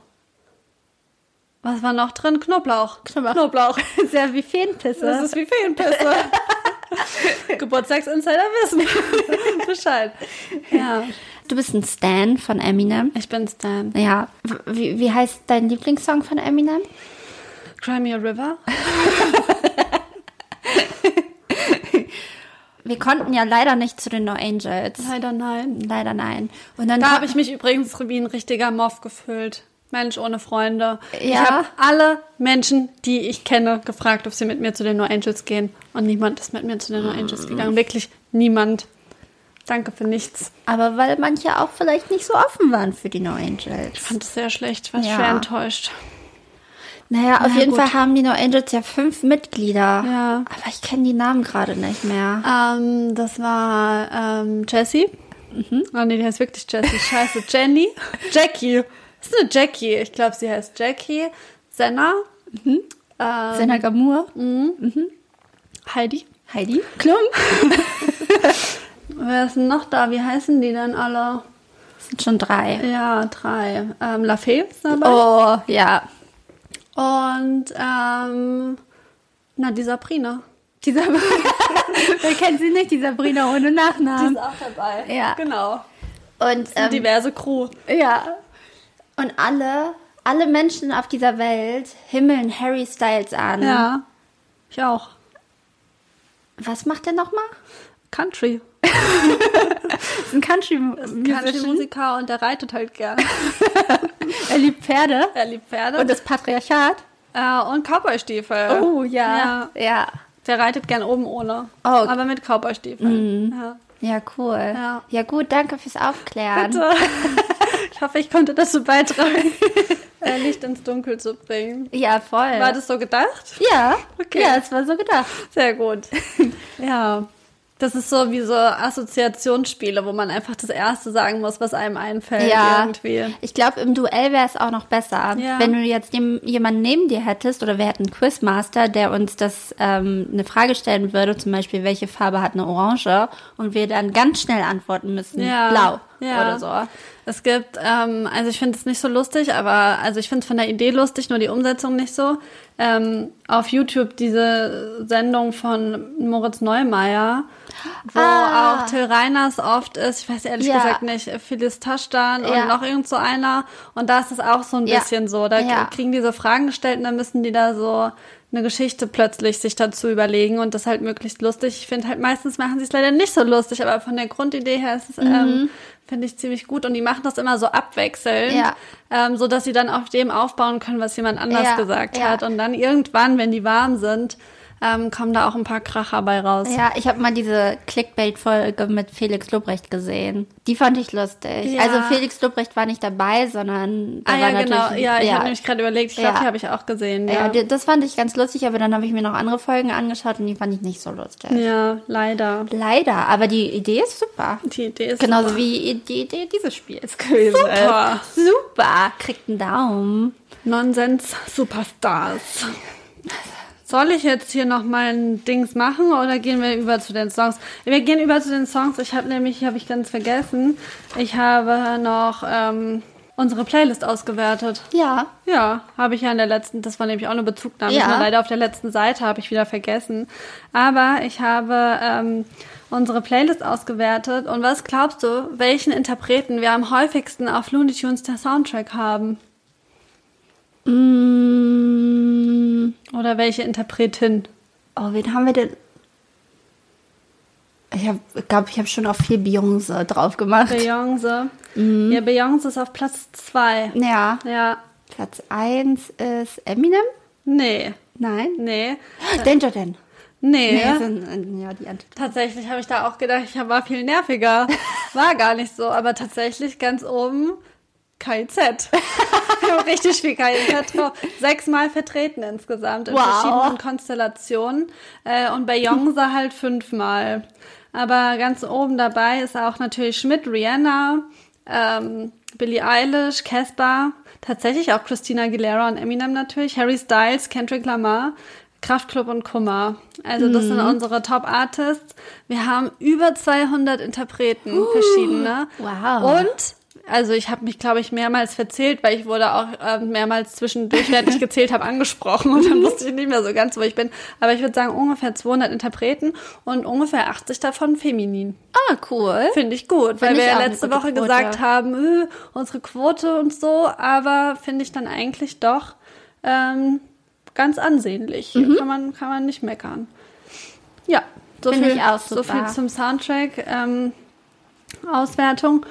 [SPEAKER 1] Was war noch drin? Knoblauch.
[SPEAKER 2] Knoblauch.
[SPEAKER 1] Knoblauch.
[SPEAKER 2] Ist ja wie Feenpisse.
[SPEAKER 1] Das ist wie Feenpisse. Geburtstagsinsider wissen Bescheid. Ja.
[SPEAKER 2] Du bist ein Stan von Eminem.
[SPEAKER 1] Ich bin Stan.
[SPEAKER 2] Ja. W- Wie, wie heißt dein Lieblingssong von Eminem?
[SPEAKER 1] Cry Me a River.
[SPEAKER 2] Wir konnten ja leider nicht zu den No Angels.
[SPEAKER 1] Leider nein.
[SPEAKER 2] Leider nein. Und dann
[SPEAKER 1] Da
[SPEAKER 2] ko-
[SPEAKER 1] habe ich mich übrigens wie ein richtiger Moff gefühlt. Mensch ohne Freunde. Ich
[SPEAKER 2] Ja.
[SPEAKER 1] habe alle Menschen, die ich kenne, gefragt, ob sie mit mir zu den No Angels gehen. Und niemand ist mit mir zu den No Angels gegangen. Wirklich niemand. Danke für nichts.
[SPEAKER 2] aber weil manche auch vielleicht nicht so offen waren für die No Angels.
[SPEAKER 1] Ich fand es sehr schlecht. War
[SPEAKER 2] Ja.
[SPEAKER 1] schwer enttäuscht.
[SPEAKER 2] Naja, auf
[SPEAKER 1] Na
[SPEAKER 2] jeden
[SPEAKER 1] gut.
[SPEAKER 2] Fall haben die No Angels ja fünf Mitglieder.
[SPEAKER 1] Ja.
[SPEAKER 2] Aber ich kenne die Namen gerade nicht mehr.
[SPEAKER 1] Ähm, das war ähm, Jessie. Oh nee, die heißt wirklich Jessie. Scheiße, Jenny. Jackie. Das ist eine Jackie. Ich glaube, sie heißt Jackie. Senna. Ähm,
[SPEAKER 2] Senna Gamur.
[SPEAKER 1] Heidi.
[SPEAKER 2] Heidi Klum.
[SPEAKER 1] Wer ist denn noch da? Wie heißen die denn alle?
[SPEAKER 2] Das sind schon drei.
[SPEAKER 1] Ja, drei. Ähm, Lafayette ist dabei.
[SPEAKER 2] Oh, ja.
[SPEAKER 1] Und ähm, na, die Sabrina.
[SPEAKER 2] Die Wer kennt sie nicht, die Sabrina ohne Nachnamen.
[SPEAKER 1] auch dabei.
[SPEAKER 2] Ja.
[SPEAKER 1] Genau.
[SPEAKER 2] Und,
[SPEAKER 1] Eine
[SPEAKER 2] ähm,
[SPEAKER 1] diverse Crew.
[SPEAKER 2] ja. Und alle, alle Menschen auf dieser Welt himmeln Harry Styles an.
[SPEAKER 1] Ja. Ich auch.
[SPEAKER 2] Was macht er nochmal?
[SPEAKER 1] Country.
[SPEAKER 2] Ist ein country
[SPEAKER 1] Country-Musiker und der reitet halt gern.
[SPEAKER 2] Er liebt Pferde.
[SPEAKER 1] Er liebt Pferde.
[SPEAKER 2] Und das Patriarchat. Oh,
[SPEAKER 1] Äh, und Cowboy-Stiefel.
[SPEAKER 2] ja. Ja.
[SPEAKER 1] Der reitet gern oben ohne.
[SPEAKER 2] Oh. Mhm.
[SPEAKER 1] Aber mit Cowboy-Stiefeln. Ja.
[SPEAKER 2] Ja, cool.
[SPEAKER 1] Ja.
[SPEAKER 2] ja, gut, danke fürs Aufklären.
[SPEAKER 1] Bitte. ich hoffe, ich konnte dazu beitragen, äh, Licht ins Dunkel zu bringen.
[SPEAKER 2] Ja, voll.
[SPEAKER 1] War das so gedacht?
[SPEAKER 2] Ja,
[SPEAKER 1] Okay.
[SPEAKER 2] ja, es war so gedacht.
[SPEAKER 1] Sehr gut. ja. Das ist so wie so Assoziationsspiele, wo man einfach das Erste sagen muss, was einem einfällt irgendwie.
[SPEAKER 2] Ich glaube, im Duell wäre es auch noch besser.
[SPEAKER 1] Ja.
[SPEAKER 2] Wenn du jetzt dem, jemanden neben dir hättest oder wir hätten einen Quizmaster, der uns das ähm, eine Frage stellen würde, zum Beispiel, welche Farbe hat eine Orange und wir dann ganz schnell antworten müssen,
[SPEAKER 1] Ja.
[SPEAKER 2] blau
[SPEAKER 1] Ja.
[SPEAKER 2] oder so.
[SPEAKER 1] Es gibt, ähm, also ich finde es nicht so lustig, aber also ich finde es von der Idee lustig, nur die Umsetzung nicht so. Ähm, auf YouTube diese Sendung von Moritz Neumeier, wo
[SPEAKER 2] Ah.
[SPEAKER 1] auch Till Reiners oft ist, ich weiß ehrlich
[SPEAKER 2] Ja.
[SPEAKER 1] gesagt nicht, Phyllis Taschdan
[SPEAKER 2] Ja.
[SPEAKER 1] und noch irgend so einer. Und da ist es auch so ein
[SPEAKER 2] Ja.
[SPEAKER 1] bisschen so. Da
[SPEAKER 2] Ja.
[SPEAKER 1] kriegen die so Fragen gestellt und dann müssen die da so eine Geschichte plötzlich sich dazu überlegen und das halt möglichst lustig. Ich finde halt meistens machen sie es leider nicht so lustig, aber von der Grundidee her ist es, ähm, finde ich ziemlich gut und die machen das immer so abwechselnd,
[SPEAKER 2] Ja.
[SPEAKER 1] ähm, so dass sie dann auf dem aufbauen können, was jemand anders
[SPEAKER 2] Ja,
[SPEAKER 1] gesagt
[SPEAKER 2] ja.
[SPEAKER 1] hat und dann irgendwann, wenn die warm sind, ähm, kommen da auch ein paar Kracher bei raus.
[SPEAKER 2] Ja, ich habe mal diese Clickbait-Folge mit Felix Lobrecht gesehen. Die fand ich lustig.
[SPEAKER 1] Ja.
[SPEAKER 2] Also Felix Lobrecht war nicht dabei, sondern da
[SPEAKER 1] Ah
[SPEAKER 2] war
[SPEAKER 1] ja, genau.
[SPEAKER 2] natürlich-
[SPEAKER 1] Ja, ich habe nämlich gerade überlegt, ich glaube,
[SPEAKER 2] Ja.
[SPEAKER 1] die habe ich auch gesehen.
[SPEAKER 2] ja,
[SPEAKER 1] Ja,
[SPEAKER 2] die- das fand ich ganz lustig, aber dann habe ich mir noch andere Folgen angeschaut und die fand ich nicht so lustig.
[SPEAKER 1] ja leider.
[SPEAKER 2] Leider, aber die Idee ist super.
[SPEAKER 1] Die Idee ist
[SPEAKER 2] Genauso
[SPEAKER 1] super.
[SPEAKER 2] wie die Idee dieses Spiels gewesen
[SPEAKER 1] Super.
[SPEAKER 2] ist. Super, kriegt einen Daumen.
[SPEAKER 1] Nonsens Superstars. Soll ich jetzt hier noch mal ein Dings machen oder gehen wir über zu den Songs? Wir gehen über zu den Songs. Ich habe nämlich, habe ich ganz vergessen, ich habe noch ähm, unsere Playlist ausgewertet.
[SPEAKER 2] Ja,
[SPEAKER 1] Ja, habe ich ja in der letzten, das war nämlich auch eine Bezugnahme,
[SPEAKER 2] Ja.
[SPEAKER 1] ja. leider auf der letzten Seite, habe ich wieder vergessen. Aber ich habe ähm, unsere Playlist ausgewertet und was glaubst du, welchen Interpreten wir am häufigsten auf Looney Tunes der Soundtrack haben?
[SPEAKER 2] Mm,
[SPEAKER 1] Oder welche Interpretin?
[SPEAKER 2] oh, wen haben wir denn? Ich glaube, ich, glaub, ich habe schon auf viel Beyoncé drauf gemacht.
[SPEAKER 1] Beyoncé. Ja, Beyoncé ist auf Platz 2.
[SPEAKER 2] Ja,
[SPEAKER 1] Ja,
[SPEAKER 2] Platz 1 ist Eminem?
[SPEAKER 1] nee,
[SPEAKER 2] Nein.
[SPEAKER 1] nee,
[SPEAKER 2] Danger Dan.
[SPEAKER 1] nee.
[SPEAKER 2] Nee, sind, äh, ja, die Antwort.
[SPEAKER 1] Tatsächlich habe ich da auch gedacht, ich war viel nerviger. War gar nicht so, aber tatsächlich ganz oben KIZ. Wir haben Richtig viel KIZ. drauf. Sechsmal vertreten insgesamt in
[SPEAKER 2] Wow.
[SPEAKER 1] verschiedenen Konstellationen. Äh, und bei Beyoncé halt fünfmal. Aber ganz oben dabei ist auch natürlich Schmidt, Rihanna, ähm, Billie Eilish, Casper, tatsächlich auch Christina Aguilera und Eminem natürlich, Harry Styles, Kendrick Lamar, Kraftklub und Kummer. Also das sind unsere Top-Artists. Wir haben über 200 Interpreten verschiedene.
[SPEAKER 2] wow.
[SPEAKER 1] Und also ich habe mich, glaube ich, mehrmals verzählt, weil ich wurde auch ähm, mehrmals zwischendurch, während ich gezählt habe, angesprochen und dann wusste ich nicht mehr so ganz, wo ich bin. Aber ich würde sagen, ungefähr 200 Interpreten und ungefähr 80 davon feminin.
[SPEAKER 2] Ah, cool.
[SPEAKER 1] Finde ich gut, weil
[SPEAKER 2] Finde
[SPEAKER 1] wir
[SPEAKER 2] ich
[SPEAKER 1] ja
[SPEAKER 2] auch eine
[SPEAKER 1] letzte
[SPEAKER 2] gute
[SPEAKER 1] Woche
[SPEAKER 2] Quote.
[SPEAKER 1] gesagt haben, öh, unsere Quote und so, aber finde ich dann eigentlich doch ähm, ganz ansehnlich.
[SPEAKER 2] Mhm.
[SPEAKER 1] Kann, man, kann man nicht meckern. Ja, so,
[SPEAKER 2] Finde
[SPEAKER 1] viel,
[SPEAKER 2] ich auch
[SPEAKER 1] so
[SPEAKER 2] super.
[SPEAKER 1] viel zum Soundtrack, ähm, Auswertung.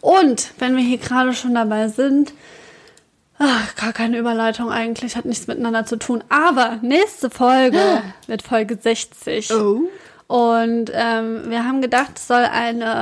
[SPEAKER 1] Und wenn wir hier gerade schon dabei sind, ach, gar keine Überleitung eigentlich, hat nichts miteinander zu tun, aber nächste Folge wird Folge 60.
[SPEAKER 2] Oh.
[SPEAKER 1] Und ähm, wir haben gedacht, es soll eine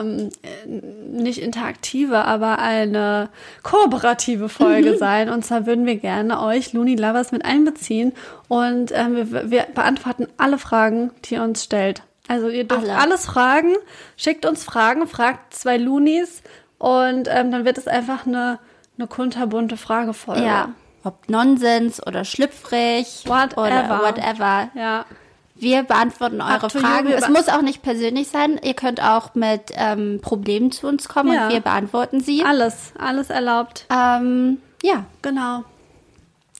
[SPEAKER 1] ähm, äh, nicht interaktive, aber eine kooperative Folge sein. Und zwar würden wir gerne euch, Looney Lovers, mit einbeziehen. Und ähm, wir, wir beantworten alle Fragen, die ihr uns stellt. Also ihr dürft
[SPEAKER 2] Alle.
[SPEAKER 1] alles fragen, schickt uns Fragen, fragt zwei Loonies und ähm, dann wird es einfach eine, eine kunterbunte Fragefolge.
[SPEAKER 2] Ja. Ob Nonsens oder schlüpfrig
[SPEAKER 1] Whatever.
[SPEAKER 2] oder whatever.
[SPEAKER 1] Ja.
[SPEAKER 2] Wir beantworten
[SPEAKER 1] Up
[SPEAKER 2] eure
[SPEAKER 1] to you,
[SPEAKER 2] Fragen.
[SPEAKER 1] wir
[SPEAKER 2] Es
[SPEAKER 1] be-
[SPEAKER 2] muss auch nicht persönlich sein. Ihr könnt auch mit ähm, Problemen zu uns kommen
[SPEAKER 1] Ja.
[SPEAKER 2] und wir beantworten sie.
[SPEAKER 1] Alles, alles erlaubt.
[SPEAKER 2] Ähm, ja,
[SPEAKER 1] Genau.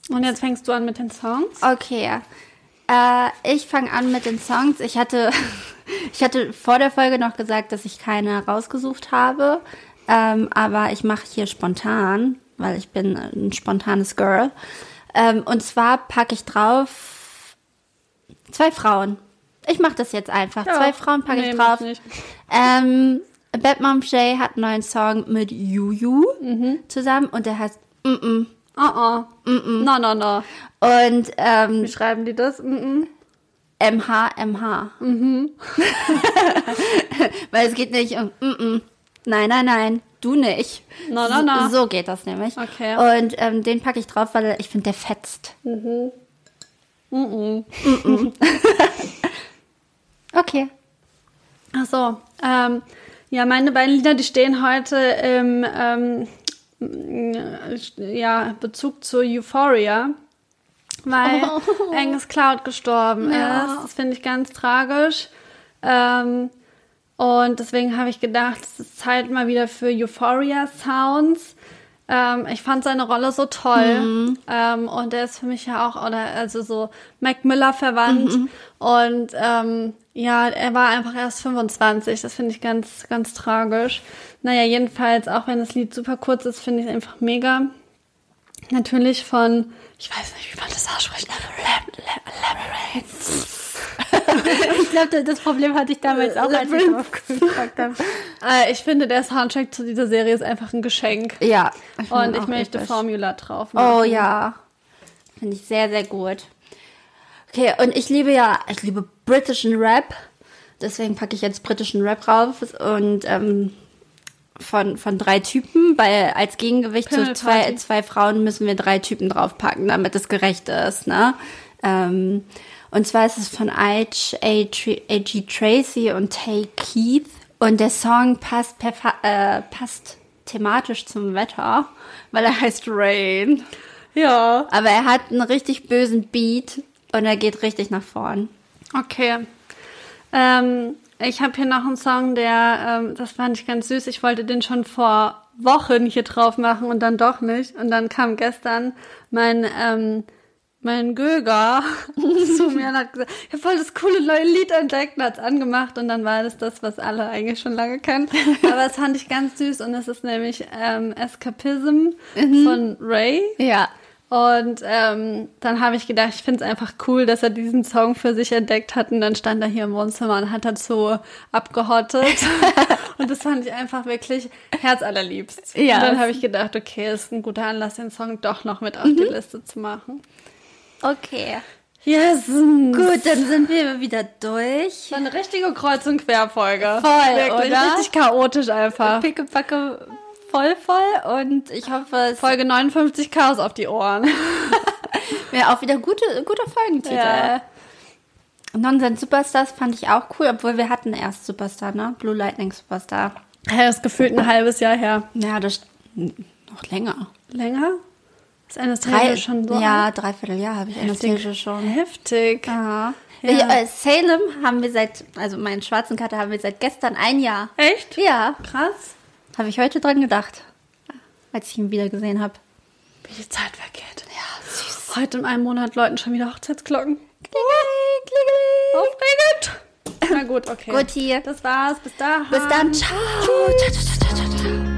[SPEAKER 1] Und jetzt fängst du an mit den Songs.
[SPEAKER 2] okay. Äh, ich fange an mit den Songs. Ich hatte, ich hatte vor der Folge noch gesagt, dass ich keine rausgesucht habe. Ähm, aber ich mache hier spontan, weil ich bin ein spontanes Girl. Ähm, und zwar packe ich drauf zwei Frauen. Ich mache das jetzt einfach.
[SPEAKER 1] Ja.
[SPEAKER 2] Zwei Frauen packe
[SPEAKER 1] Nee,
[SPEAKER 2] ich
[SPEAKER 1] mach
[SPEAKER 2] drauf.
[SPEAKER 1] nicht.
[SPEAKER 2] Ähm, Bad Mom Jay hat einen neuen Song mit Juju zusammen und der heißt Mm-mm.
[SPEAKER 1] Oh oh. No, no, no.
[SPEAKER 2] Und ähm,
[SPEAKER 1] Wie schreiben die das? Mm -mm.
[SPEAKER 2] MH, MH. Mhm. Weil es geht nicht um, mm, mm. nein, nein, nein, du nicht.
[SPEAKER 1] Na, na, na.
[SPEAKER 2] So, so geht das nämlich.
[SPEAKER 1] Okay.
[SPEAKER 2] Und ähm, den packe ich drauf, weil ich finde, der fetzt.
[SPEAKER 1] mhm.
[SPEAKER 2] Okay.
[SPEAKER 1] Ach so. Ähm, ja, meine beiden Lieder, die stehen heute im ähm, ja, Bezug zu Euphoria, weil Angus Cloud gestorben
[SPEAKER 2] Ja.
[SPEAKER 1] ist. Das finde ich ganz tragisch. Ähm, und deswegen habe ich gedacht, es ist Zeit mal wieder für Euphoria Sounds. Ähm, ich fand seine Rolle so toll. Ähm, und er ist für mich ja auch, oder also so Mac Miller verwandt. Und ähm, ja, er war einfach erst 25. Das finde ich ganz, ganz tragisch. Naja, jedenfalls, auch wenn das Lied super kurz ist, finde ich es einfach mega. Natürlich von, ich weiß nicht, wie man das ausspricht. Lab, Lab,
[SPEAKER 2] ich glaube, das Problem hatte ich damals auch, als ich drauf geguckt habe.
[SPEAKER 1] äh, ich finde, der Soundtrack zu dieser Serie ist einfach ein Geschenk.
[SPEAKER 2] Ja.
[SPEAKER 1] Und ich möchte Formula drauf machen.
[SPEAKER 2] Oh ja. Finde ich sehr, sehr gut. Okay, und ich liebe ja, ich liebe britischen Rap. Deswegen packe ich jetzt britischen Rap rauf und ähm, von, von drei Typen, weil als Gegengewicht zu zwei,
[SPEAKER 1] Pimmelparty.
[SPEAKER 2] zwei Frauen müssen wir drei Typen draufpacken, damit es gerecht ist. Ne? Ähm, und zwar ist es von A.G. A.G. Tracy und Tay Keith. Und der Song passt, perfa- äh, passt thematisch zum Wetter, weil er heißt Rain.
[SPEAKER 1] Ja.
[SPEAKER 2] Aber er hat einen richtig bösen Beat und er geht richtig nach vorn.
[SPEAKER 1] Okay. Ähm, ich habe hier noch einen Song, der, ähm, das fand ich ganz süß. Ich wollte den schon vor Wochen hier drauf machen und dann doch nicht. Und dann kam gestern mein, ähm, mein Göger zu mir und hat gesagt, ich habe voll das coole neue Lied entdeckt und hat es angemacht. Und dann war das das, was alle eigentlich schon lange kennen. Aber das fand ich ganz süß und es ist nämlich ähm, Escapism von Ray.
[SPEAKER 2] Ja.
[SPEAKER 1] Und ähm, dann habe ich gedacht, ich finde es einfach cool, dass er diesen Song für sich entdeckt hat. Und dann stand er hier im Wohnzimmer und hat dazu abgehottet. und das fand ich einfach wirklich herzallerliebst.
[SPEAKER 2] Ja.
[SPEAKER 1] Und dann habe ich gedacht, okay, ist ein guter Anlass, den Song doch noch mit auf die Liste zu machen.
[SPEAKER 2] Okay.
[SPEAKER 1] Yes! Gut.
[SPEAKER 2] Gut, dann sind wir wieder durch.
[SPEAKER 1] So eine richtige Kreuz- und Querfolge.
[SPEAKER 2] Voll,
[SPEAKER 1] Wirklich,
[SPEAKER 2] oder?
[SPEAKER 1] Richtig chaotisch einfach.
[SPEAKER 2] Pickepacke voll voll und ich hoffe, es
[SPEAKER 1] Folge 59 Chaos auf die Ohren.
[SPEAKER 2] wäre auch wieder gute, guter Folgentitel.
[SPEAKER 1] Ja.
[SPEAKER 2] Nonsense Superstars fand ich auch cool, obwohl wir hatten erst Superstar, ne? Blue Lightning Superstar.
[SPEAKER 1] Hey, ist gefühlt ein halbes Jahr her.
[SPEAKER 2] Ja, das noch länger.
[SPEAKER 1] Länger? Ist eines
[SPEAKER 2] Drei,
[SPEAKER 1] Tages schon so alt?
[SPEAKER 2] ja, dreiviertel Jahr habe ich eine Serie schon.
[SPEAKER 1] Heftig.
[SPEAKER 2] Ja.
[SPEAKER 1] Ja.
[SPEAKER 2] Ich, äh, Salem haben wir seit, also meinen schwarzen Kater haben wir seit gestern ein Jahr.
[SPEAKER 1] Echt?
[SPEAKER 2] Ja,
[SPEAKER 1] Krass.
[SPEAKER 2] habe ich heute dran gedacht, als ich ihn wieder gesehen habe.
[SPEAKER 1] Wie die Zeit vergeht. Ja, süß. Heute in einem Monat läuten schon wieder Hochzeitsglocken. Aufregend. Na gut, okay.
[SPEAKER 2] Gut hier.
[SPEAKER 1] Das war's. Bis dahin.
[SPEAKER 2] Bis dann. Ciao. Ciao, ciao, ciao, ciao, ciao.